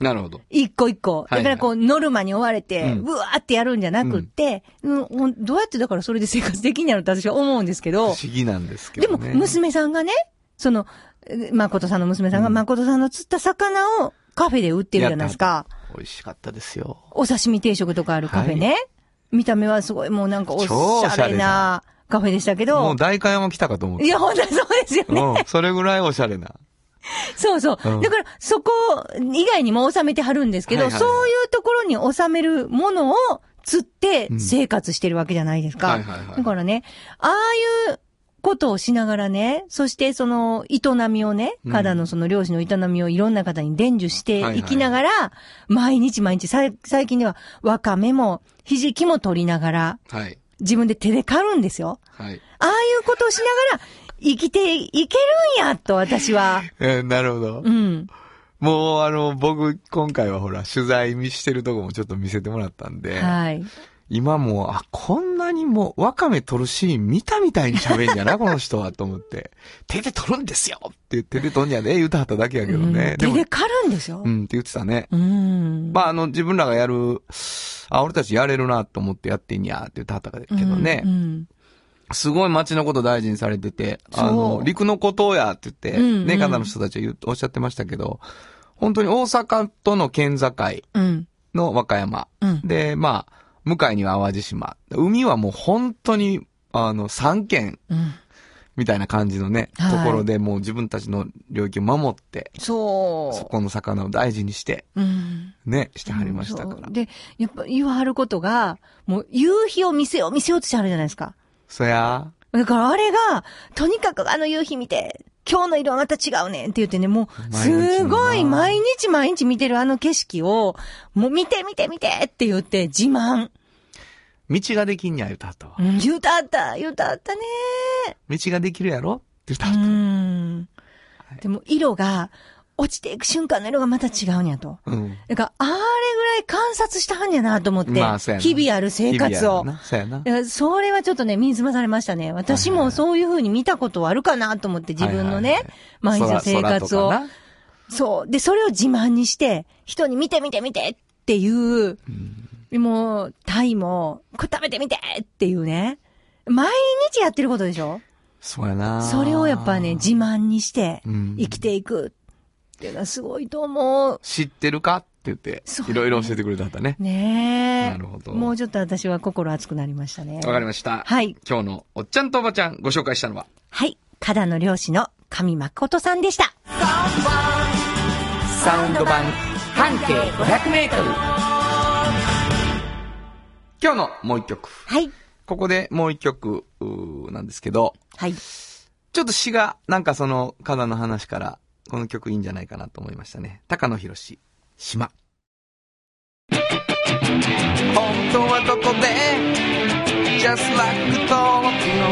Speaker 2: い。なるほど。
Speaker 3: 一個一個。だからこう、ノルマに追われて、
Speaker 2: うん
Speaker 3: うわーってやるんじゃなくって、うんどうやってだからそれで生活できんやろって私は思うんですけ
Speaker 2: 不
Speaker 3: ど
Speaker 2: 思。議なんですけ
Speaker 3: で
Speaker 2: ど
Speaker 3: も、
Speaker 2: ね。
Speaker 3: 娘さんがね、その、え誠さんの娘さんが、
Speaker 2: うん
Speaker 3: 誠さんの釣った魚をカフェで売ってるじゃないですか。
Speaker 2: 美味しかったですよ。
Speaker 3: お刺身定食とかあるカフェね。見た目はすごいもうなんかおしゃれなカフェでしたけ
Speaker 2: も
Speaker 3: ど
Speaker 2: う。代官山来たかと思っ
Speaker 3: い
Speaker 2: て。
Speaker 3: や、本当にそうですよね。
Speaker 2: うん。それぐらいおしゃれな。
Speaker 3: そうそう。
Speaker 2: うん
Speaker 3: だから、そこ以外にも収めてはるんですけど、
Speaker 2: はいはいはい
Speaker 3: そういうところに収めるものを釣って
Speaker 2: うん
Speaker 3: 生活してるわけじゃないですか。
Speaker 2: はいはいはい
Speaker 3: だからね、ああいうことをしながらね、そしてその営みをね、
Speaker 2: うん
Speaker 3: カダのその漁師の営みをいろんな方に伝授していきながら、毎日毎日、さい最近ではワカメもひじきも取りながら、
Speaker 2: はい。
Speaker 3: 自分で手で刈るんですよ。
Speaker 2: はい。
Speaker 3: ああいうことをしながら、生きていけるんや、と私は。
Speaker 2: えーなるほど
Speaker 3: う。ん。
Speaker 2: もう、あの、僕、今回はほら、取材してるとこもちょっと見せてもらったんで、
Speaker 3: はい。
Speaker 2: 今もう、あ、こんなにもう、ワカメ取るシーン見たみたいに喋んじゃな、この人は、と思って。手で取るんですよって手で取んじゃねえ、言うたはっただけやけど
Speaker 3: う
Speaker 2: ね
Speaker 3: ん。
Speaker 2: で
Speaker 3: 手
Speaker 2: も
Speaker 3: で、刈るんですよ
Speaker 2: う。ん、って言ってたね。
Speaker 3: うん。
Speaker 2: まあ、あの、自分らがやる、あ、俺たちやれるな、と思ってやってんや、って言ってはったけ
Speaker 3: うん、
Speaker 2: どね。
Speaker 3: うん
Speaker 2: すごい街のこと大事にされてて、あ
Speaker 3: そ
Speaker 2: の、
Speaker 3: う
Speaker 2: 陸のことやって言っ
Speaker 3: う
Speaker 2: て、
Speaker 3: んうん
Speaker 2: ね、カナの人たちは言うおっしゃってましたけど、本当に大阪との県境
Speaker 3: うん。
Speaker 2: の和歌山。
Speaker 3: うん
Speaker 2: で、まあ、向かいには淡路島。海はもう本当に、あの、三県、
Speaker 3: うん。
Speaker 2: みたいな感じのね、
Speaker 3: はい
Speaker 2: ところでもう自分たちの領域を守って、
Speaker 3: そ
Speaker 2: そこの魚を大事にして、
Speaker 3: う。うん。
Speaker 2: ね、してはりましたから
Speaker 3: そう。で、やっぱ言わはることが、もう夕日を見せよう見せようとしてはるじゃないですか。
Speaker 2: そや、
Speaker 3: だからあれが、とにかくあの夕日見て、今日の色はまた違うねんって言ってね、もう、
Speaker 2: 毎日のな
Speaker 3: すごい毎日毎日見てるあの景色を、もう見て見て見てって言って自慢。
Speaker 2: 道ができんにゃ言うたと。
Speaker 3: うん、言うたった、言うたったね
Speaker 2: 道ができるやろって言った
Speaker 3: う
Speaker 2: と。
Speaker 3: ん。でも色が、落ちていく瞬間の色がまた違うんやと。
Speaker 2: うん。
Speaker 3: だから、あれぐらい観察したはんやなと思って、
Speaker 2: まあそうやな
Speaker 3: 日々ある生活を
Speaker 2: 日々や。なそうやな。
Speaker 3: いやそれはちょっとね、身につまされましたね。私もそういうふうに見たことはあるかなと思って、自分のね、
Speaker 2: はい
Speaker 3: 毎
Speaker 2: はい
Speaker 3: 日
Speaker 2: はい
Speaker 3: の生活を
Speaker 2: 空。空とか
Speaker 3: そう。で、それを自慢にして、人に見て見て見てっていう、もう、タイも、これ食べてみてっていうね。毎日やってることでしょ
Speaker 2: なそうやな。
Speaker 3: それをやっぱね、自慢にして、
Speaker 2: うん
Speaker 3: 生きていくっていうのはすごいと思う。
Speaker 2: 知ってるかって言って
Speaker 3: そう、
Speaker 2: いろいろ教えてくれたったね。
Speaker 3: ねえ。
Speaker 2: なるほど
Speaker 3: もうちょっと私は心熱くなりましたね。
Speaker 2: わかりました。
Speaker 3: はい。
Speaker 2: 今日のおっちゃんとおばちゃんご紹介したのは、
Speaker 3: はい。花壇の漁師の上誠さんでした。
Speaker 2: サウンド版半径500メートル。今日のもう一曲。
Speaker 3: はい。
Speaker 2: ここでもう一曲うーなんですけど、
Speaker 3: はい。
Speaker 2: ちょっと詩が、なんかその、花壇の話から、この曲いいんじゃないかなと思いましたね。高野博士、島。本当はどこで Just like t の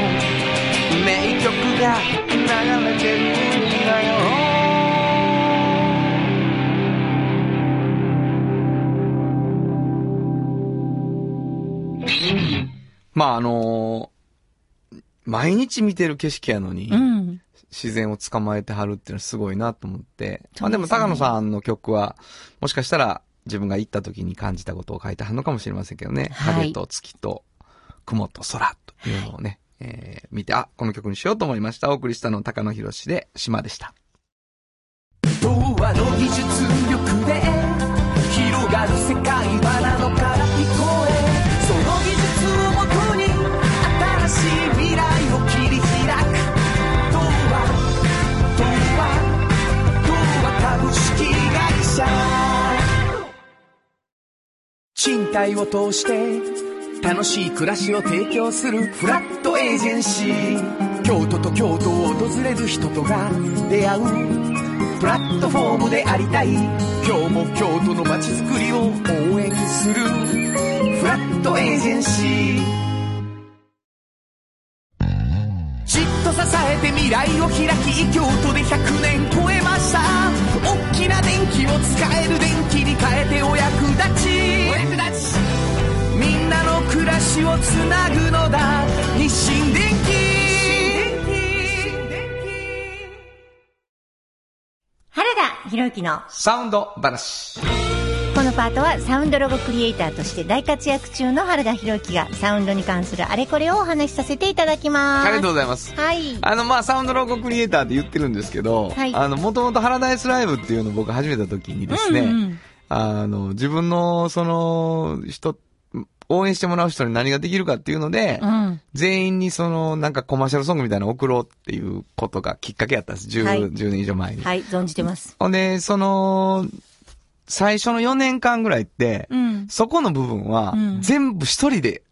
Speaker 2: 名曲が流れてるんだよまああのー毎日見てる景色やのに、
Speaker 3: うん。
Speaker 2: 自然を捕まえてはるっていうのはすごいなと思って。ま
Speaker 3: そうですね
Speaker 2: あでも高野さんの曲は、もしかしたら自分が行った時に感じたことを書いてはるのかもしれませんけどね。
Speaker 3: はい
Speaker 2: 影と月と雲と空というのをね、えー見て、あ、この曲にしようと思いました。お送りしたのは高野博士で島でした。
Speaker 4: 童話の技術力で広がる世界はなのから聞こえその技術をもとに新しい未来を切り開く童話童話童話株式会社賃貸を通して楽しい暮らしを提供するフラットエージェンシー京都と京都を訪れる人とが出会うプラットフォームでありたい今日も京都の街づくりを応援するフラットエージェンシーじっと支えて未来を開き京都で100年超えました大きな電気を使える電気に変えてお役立ちお役立ちみんなの暮らしをつなぐのだ日清電
Speaker 7: 原
Speaker 4: 気
Speaker 7: 田博之の
Speaker 2: サウンド話。
Speaker 7: このパートはサウンドロゴクリエイターとして大活躍中の原田博之がサウンドに関するあれこれをお話しさせていただきます。
Speaker 2: ありがとうございます。
Speaker 7: はい。
Speaker 2: あの、まあ、サウンドロゴクリエイターって言ってるんですけど、
Speaker 7: はい
Speaker 2: あの、もともとハラダイスライブっていうのを僕始めた時にですね、
Speaker 3: うん
Speaker 2: あの、自分の、その、人、応援してもらう人に何ができるかっていうので、
Speaker 3: うん。うん。
Speaker 2: 全員にその、なんかコマーシャルソングみたいなの送ろうっていうことがきっかけやったんです。10、
Speaker 7: はい
Speaker 2: 10年以上前に。
Speaker 7: はい、存じてます。
Speaker 2: ほんで、その、最初の4年間ぐらいって、
Speaker 3: うん。
Speaker 2: そこの部分は
Speaker 3: うん、
Speaker 2: 全部一人で、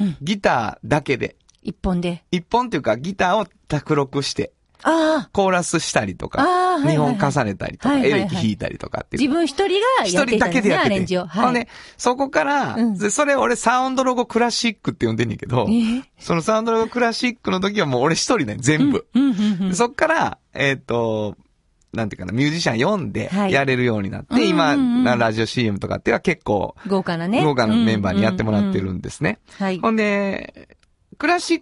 Speaker 3: うん
Speaker 2: ギターだけで、
Speaker 3: 一本で。
Speaker 2: 一本っていうかギターを卓録して、
Speaker 3: ああ。
Speaker 2: コーラスしたりとか、
Speaker 3: あーはい
Speaker 2: 2
Speaker 3: はいはい
Speaker 2: 本重ねたりと
Speaker 3: は
Speaker 2: か、
Speaker 3: いはいは
Speaker 2: エ
Speaker 3: い
Speaker 2: レキ弾いたりとかっていう
Speaker 3: 自分一人がや
Speaker 2: 一
Speaker 3: って
Speaker 2: 人
Speaker 3: いた
Speaker 2: だ
Speaker 3: んで
Speaker 2: け
Speaker 3: す
Speaker 2: で
Speaker 3: ね、
Speaker 2: やっ
Speaker 3: ア
Speaker 2: て
Speaker 3: レ
Speaker 2: て。
Speaker 3: ンジを。
Speaker 2: ほん
Speaker 3: はい。
Speaker 2: でそこから、
Speaker 3: うん
Speaker 2: でそれ俺サウンドロゴクラシックって呼んでんねんけど、
Speaker 3: ええ
Speaker 2: そのサウンドロゴクラシックの時はもう俺一人ね、全部。
Speaker 3: うんうんうん
Speaker 2: でそっから、えっ、と、なんていうかな、ミュージシャン読んで
Speaker 3: はい
Speaker 2: やれるようになっ
Speaker 3: う
Speaker 2: て、
Speaker 3: んうんうん
Speaker 2: 今、なラジオ CM とかっていうのは結構、
Speaker 3: 豪華なね。
Speaker 2: 豪華なメンバーにやってもらっ
Speaker 3: う
Speaker 2: て
Speaker 3: んうんう
Speaker 2: る
Speaker 3: ん
Speaker 2: んですね。
Speaker 3: はい。
Speaker 2: ほんで、クラシッ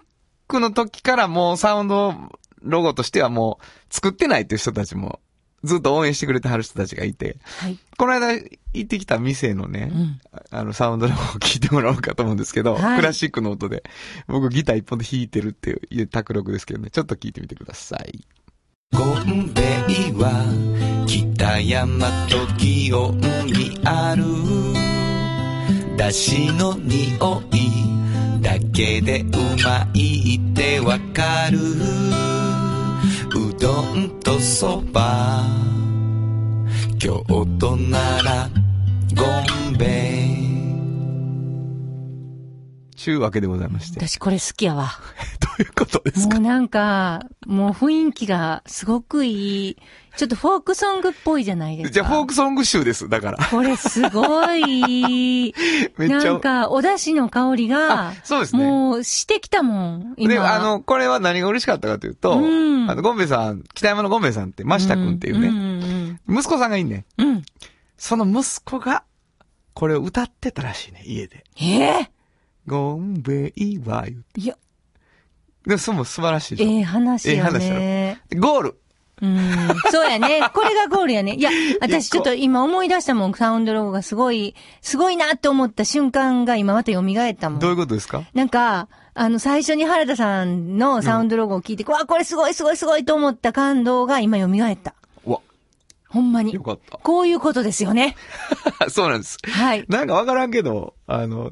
Speaker 2: クの時からもうサウンドロゴとしてはもう作ってないっていう人たちも、ずっと応援してくれてはる人たちがいて、
Speaker 3: はい。
Speaker 2: この間行ってきた店のね、
Speaker 3: うん
Speaker 2: あの、サウンドの方を聞いてもらおうかと思うんですけど、
Speaker 3: はい
Speaker 2: クラシックの音で、僕ギター一本で弾いてるっていう卓録ですけどね、ちょっと聞いてみてください。ゴンベイは北山と祇園にある。だしの匂い、
Speaker 8: だけでうまいってわかるうどんとそば京都ならごんべ
Speaker 2: ちゅうわけでございま [laughs] して。
Speaker 9: 私これ好きやわ。
Speaker 2: どういうことですか
Speaker 9: もうなんか、もう雰囲気がすごくいい。ちょっとフォークソングっぽいじゃないですか。
Speaker 2: じゃあ、フォークソング集です。だから。
Speaker 9: これすごい。
Speaker 2: [laughs] めっちゃ
Speaker 9: なんか、お出汁の香りが、
Speaker 2: [laughs] そうですね
Speaker 9: もうしてきたもん、今。
Speaker 2: で、あの、これは何が嬉しかったかというと、
Speaker 9: うん
Speaker 2: あの、ゴンベさん、北山のゴンベさんって、真下くんっていうね、
Speaker 9: ん
Speaker 2: 息子さんがいいね。
Speaker 9: うんうん。うん。
Speaker 2: その息子が、これを歌ってたらしいね、家で。
Speaker 9: ええ
Speaker 2: ゴンベイは、言う
Speaker 9: いや、
Speaker 2: で、そも素晴らしいでしょ。
Speaker 9: ええ話よ
Speaker 2: ええ
Speaker 9: ね。
Speaker 2: ゴール
Speaker 9: うん。そうやね。これがゴールやね。いや、私ちょっと今思い出したもん、サウンドロゴがすごい、すごいなって思った瞬間が今また蘇ったもん
Speaker 2: どう。いうことですか
Speaker 9: なんか、あの、最初に原田さんのサウンドロゴを聞いて、わあ、これすごいすごいすごいと思った感動が今蘇った。
Speaker 2: うわ、
Speaker 9: ほんまに
Speaker 2: よ。かった。
Speaker 9: こういうことですよね。
Speaker 2: [laughs] そうなんです。
Speaker 9: はい。
Speaker 2: なんかわからんけど、あの、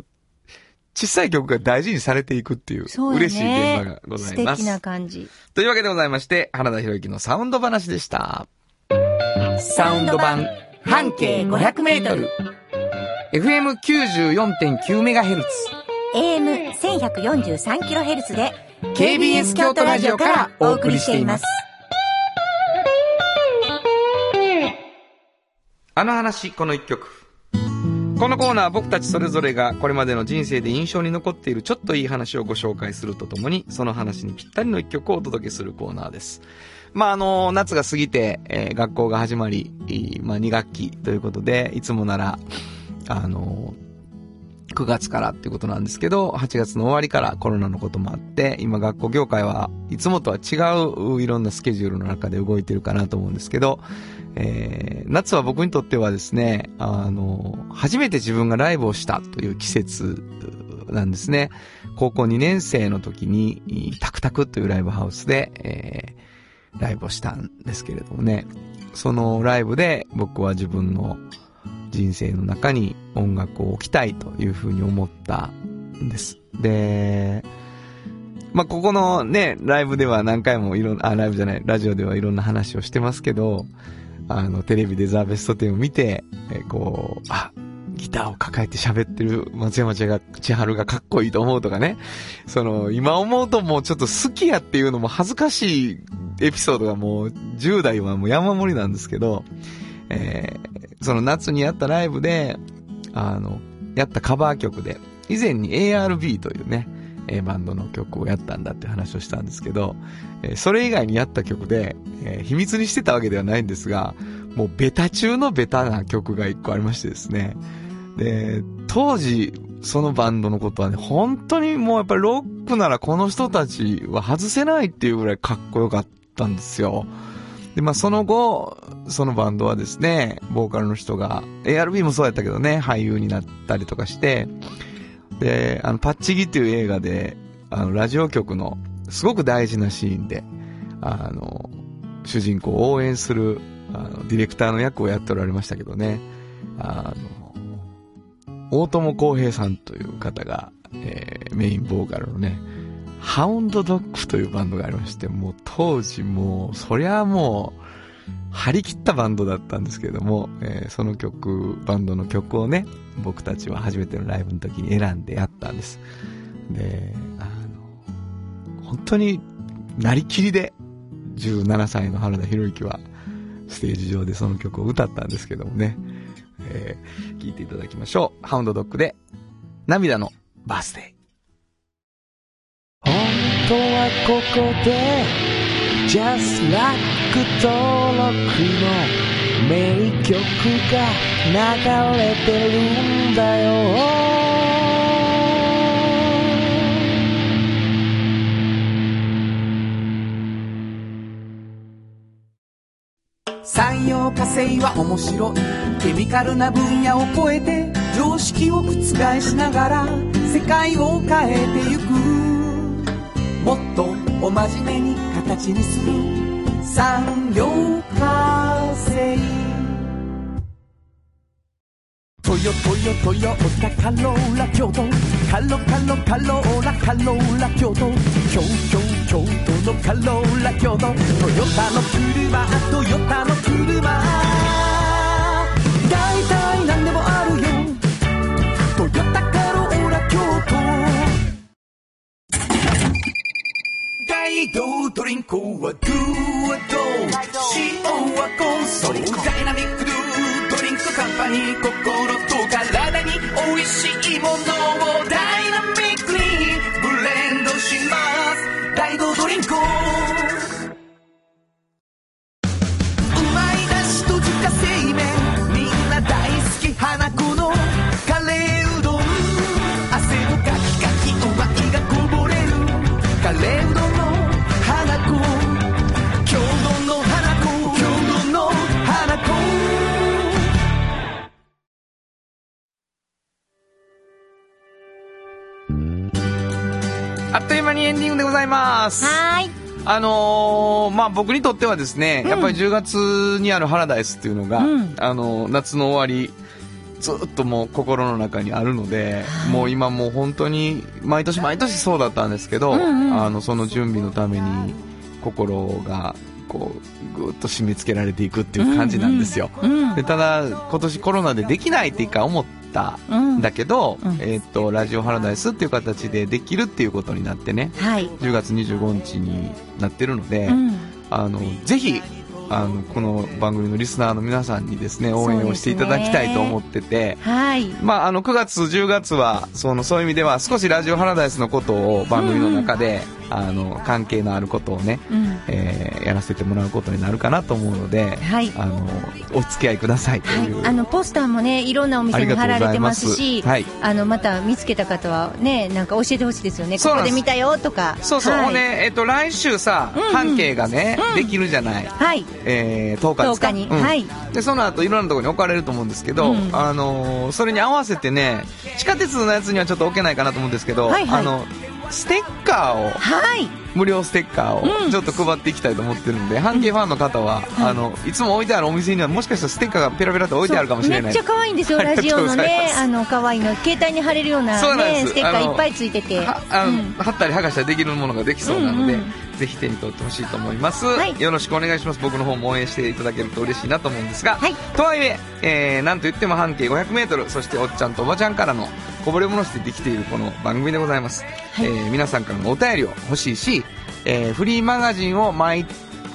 Speaker 2: 小さい曲が大事にされていくっていう、
Speaker 9: そうやね。
Speaker 2: 嬉しい現場がござい
Speaker 9: 素
Speaker 2: ま
Speaker 9: 敵な
Speaker 2: す。
Speaker 9: 感じ。
Speaker 2: というわけでございまして、原田博之のサウンド話でした。
Speaker 4: サウンド版半径500メートル
Speaker 2: FM94.9MHz。
Speaker 3: AM1143kHz で
Speaker 2: KBS 京都ラジオからお送りしています。あの話、この一曲。このコーナーは僕たちそれぞれがこれまでの人生で印象に残っているちょっといい話をご紹介するとともに、その話にぴったりの一曲をお届けするコーナーです。まあ、あの、夏が過ぎて、えー学校が始まり、えーまあ、2学期ということで、いつもなら、あの、9月からっていうことなんですけど、8月の終わりからコロナのこともあって、今学校業界はいつもとは違ういろんなスケジュールの中で動いてるかなと思うんですけど、えー、夏は僕にとってはですね、あの、初めて自分がライブをしたという季節なんですね。高校2年生の時に、タクタクというライブハウスで、えー、ライブをしたんですけれどもね、そのライブで僕は自分の人生の中に音楽を置きたいというふうに思ったんです。で、まあ、ここのね、ライブでは何回もいろんあ、ライブじゃない、ラジオではいろんな話をしてますけど、あの、テレビでザ・ベスト10を見て、えこう、あ、ギターを抱えて喋ってる松山千春が千春がかっこいいと思うとかね、その、今思うともうちょっと好きやっていうのも恥ずかしいエピソードがもう10代はもう山盛りなんですけど、えーその夏にやったライブで、あの、やったカバー曲で、以前に ARB というね、えーバンドの曲をやったんだって話をしたんですけど、えーそれ以外にやった曲で、えー秘密にしてたわけではないんですが、もうベタ中のベタな曲が一個ありましてですね。で、当時、そのバンドのことはね、本当にもうやっぱりロックならこの人たちは外せないっていうぐらいかっこよかったんですよ。で、まあその後、そのバンドはですね、ボーカルの人が、ARB もそうやったけどね、俳優になったりとかして、で、あの、パッチギっていう映画で、あの、ラジオ局の、すごく大事なシーンで、あの、主人公を応援する、あの、ディレクターの役をやっておられましたけどね、あの、大友康平さんという方が、えーメインボーカルのね、ハウンドドッグというバンドがありまして、もう当時もう、そりゃもう、張り切ったバンドだったんですけれども、えーその曲、バンドの曲をね、僕たちは初めてのライブの時に選んでやったんです。で、あの、本当になりきりで、17歳の原田博之は、ステージ上でその曲を歌ったんですけどもね、えー聞いていただきましょう。ハウンドドッグで、涙のバースデー。
Speaker 4: 本当はここで Just Rock 登録の名曲が流れてるんだよ産業化成は面白いケミカルな分野を超えて常識を覆しながら世界を変えてゆくもっとお真面目に形にする産業化成トヨトヨトヨタカローラ京都カロカロカローラカローラ京都京京京都のカローラ京都トヨタの車トヨタの車大体何でもあるよトヨタカローラ京都
Speaker 8: 大道ドリンクはドゥはドゥ塩はコンソーダイナミックドゥドリンクカンパニー心と体に美味しいものをダイナミックにブレンドします大道ドリンク
Speaker 4: うまいだしと自家製麺みんな大好き花子のカレーうどん汗のガキガキうまいがこぼれるカレーうどんの花子郷土の花子郷土の花子
Speaker 2: あっという間にエンディングでございます。
Speaker 3: はーい。
Speaker 2: あのーまあ、僕にとってはですね、やっぱり10月にあるハラダイスっていうのが、
Speaker 9: うん
Speaker 2: あのー夏の終わり、ずっともう心の中にあるので、もう今もう本当に、毎年毎年そうだったんですけど、
Speaker 9: んうん
Speaker 2: あの、その準備のために、心が、こう、ぐーっと締め付けられていくっていう感じなんですよ。
Speaker 9: うん
Speaker 2: でただ、今年コロナでできないって一回思った
Speaker 9: うん
Speaker 2: んだけど、
Speaker 9: うん
Speaker 2: えーっと、ラジオハラダイスっていう形でできるっていうことになってね、
Speaker 9: はい。
Speaker 2: 10月25日になってるので、
Speaker 9: うん。
Speaker 2: あのぜひあのこの番組のリスナーの皆さんにですね応援をしていただきたいと思ってて、
Speaker 9: はい。
Speaker 2: まあ、あの9月、10月はそのそういう意味では少しラジオハラダイスのことを番組の中で、あの関係のあることをね、
Speaker 9: うん。
Speaker 2: えーやらせてもらうことになるかなと思うので、
Speaker 9: はい
Speaker 2: あのお付き合いくださいと
Speaker 9: はい
Speaker 2: いう、、
Speaker 9: あのポスターもねいろんなお
Speaker 2: あ
Speaker 9: 店
Speaker 2: り
Speaker 9: に
Speaker 2: がと
Speaker 9: 貼
Speaker 2: うご
Speaker 9: られ
Speaker 2: ざ
Speaker 9: て
Speaker 2: い
Speaker 9: ま
Speaker 2: ますす
Speaker 9: し
Speaker 2: はい
Speaker 9: あのまた見つけた方はねなんか教えてほしいですよね
Speaker 2: そ
Speaker 9: こ
Speaker 2: うな
Speaker 9: こ
Speaker 2: んで
Speaker 9: です見たよとか
Speaker 2: そうそう、
Speaker 9: はい、
Speaker 2: ほんでえっと来週さ、
Speaker 9: うんうん
Speaker 2: 半径がね、できるじゃない、
Speaker 9: はい
Speaker 2: えー10日ですか
Speaker 9: 10日に
Speaker 2: うん
Speaker 9: はい
Speaker 2: でその後いろんなところに置かれると思うんですけど、
Speaker 9: うん
Speaker 2: あのーそれに合わせてね地下鉄のやつにはちょっと置けないかなと思うんですけど、
Speaker 9: はいはい
Speaker 2: あのステッカーを
Speaker 9: はい
Speaker 2: 無料ステッカー
Speaker 9: う
Speaker 2: を
Speaker 9: ん
Speaker 2: ちょっと配っていきたいと思ってるんで、半径ファンの方は、あのいつも置いてあるお店にはもしかしたらステッカーがペラペラと置いてあるかもしれ
Speaker 9: そう
Speaker 2: な
Speaker 9: めっ
Speaker 2: い
Speaker 9: ちゃ可愛いんですよ
Speaker 2: あり
Speaker 9: ラ
Speaker 2: が
Speaker 9: ジ
Speaker 2: とう
Speaker 9: オ
Speaker 2: ござ
Speaker 9: の
Speaker 2: います
Speaker 9: ねあの可愛いの携帯に貼れるような
Speaker 2: そうなんです
Speaker 9: ねステッカ
Speaker 2: あ
Speaker 9: ー
Speaker 2: の
Speaker 9: いっぱいついてて
Speaker 2: はあの、
Speaker 9: うん
Speaker 2: 貼ったり剥がしたりできるものができそうなので、
Speaker 9: うん
Speaker 2: ぜひ手に取ってほしいと思います、
Speaker 9: はい
Speaker 2: よろしくお願いします僕の方も応援していただけると嬉しいなと思うんですが、
Speaker 9: はい
Speaker 2: とはいええーなんといっても半径 500m そしておっちゃんとおばちゃんからのこぼれ物してできているこの番組でございます、
Speaker 9: はい
Speaker 2: えー皆さんからのお便りを欲しいし、えーフリーマガジンを毎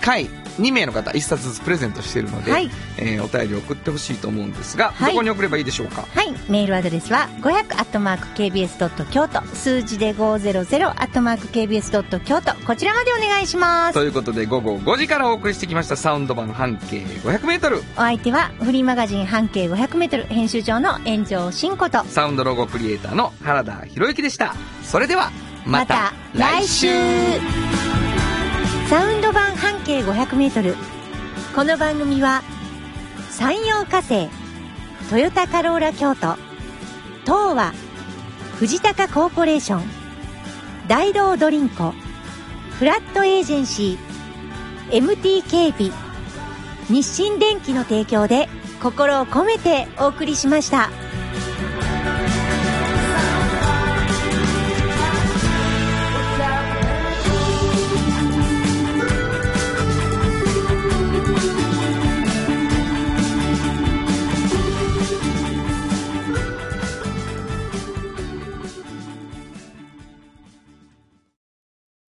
Speaker 2: 回2名の方1冊ずつプレゼントしているので、
Speaker 9: はい
Speaker 2: えーお便りを送ってほしいと思うんですが、
Speaker 9: はい
Speaker 2: どこに送ればいいでしょうか
Speaker 9: はい、メールアドレスは500アットマーク KBS ドット京都数字で500アットマーク KBS ドット京都こちらまでお願いします。
Speaker 2: ということで午後5時からお送りしてきましたサウンド版半径 500m
Speaker 9: お相手はフリーマガジン半径500メートル編集長の炎上真子と
Speaker 2: サウンドロゴクリエイターの原田博之でしたそれではまた来週
Speaker 3: サウンド版半径 500m この番組は山陽火星トヨタカローラ京都東和藤高コーポレーション大道ドリンコフラットエージェンシー MT 警備日清電機の提供で心を込めてお送りしました。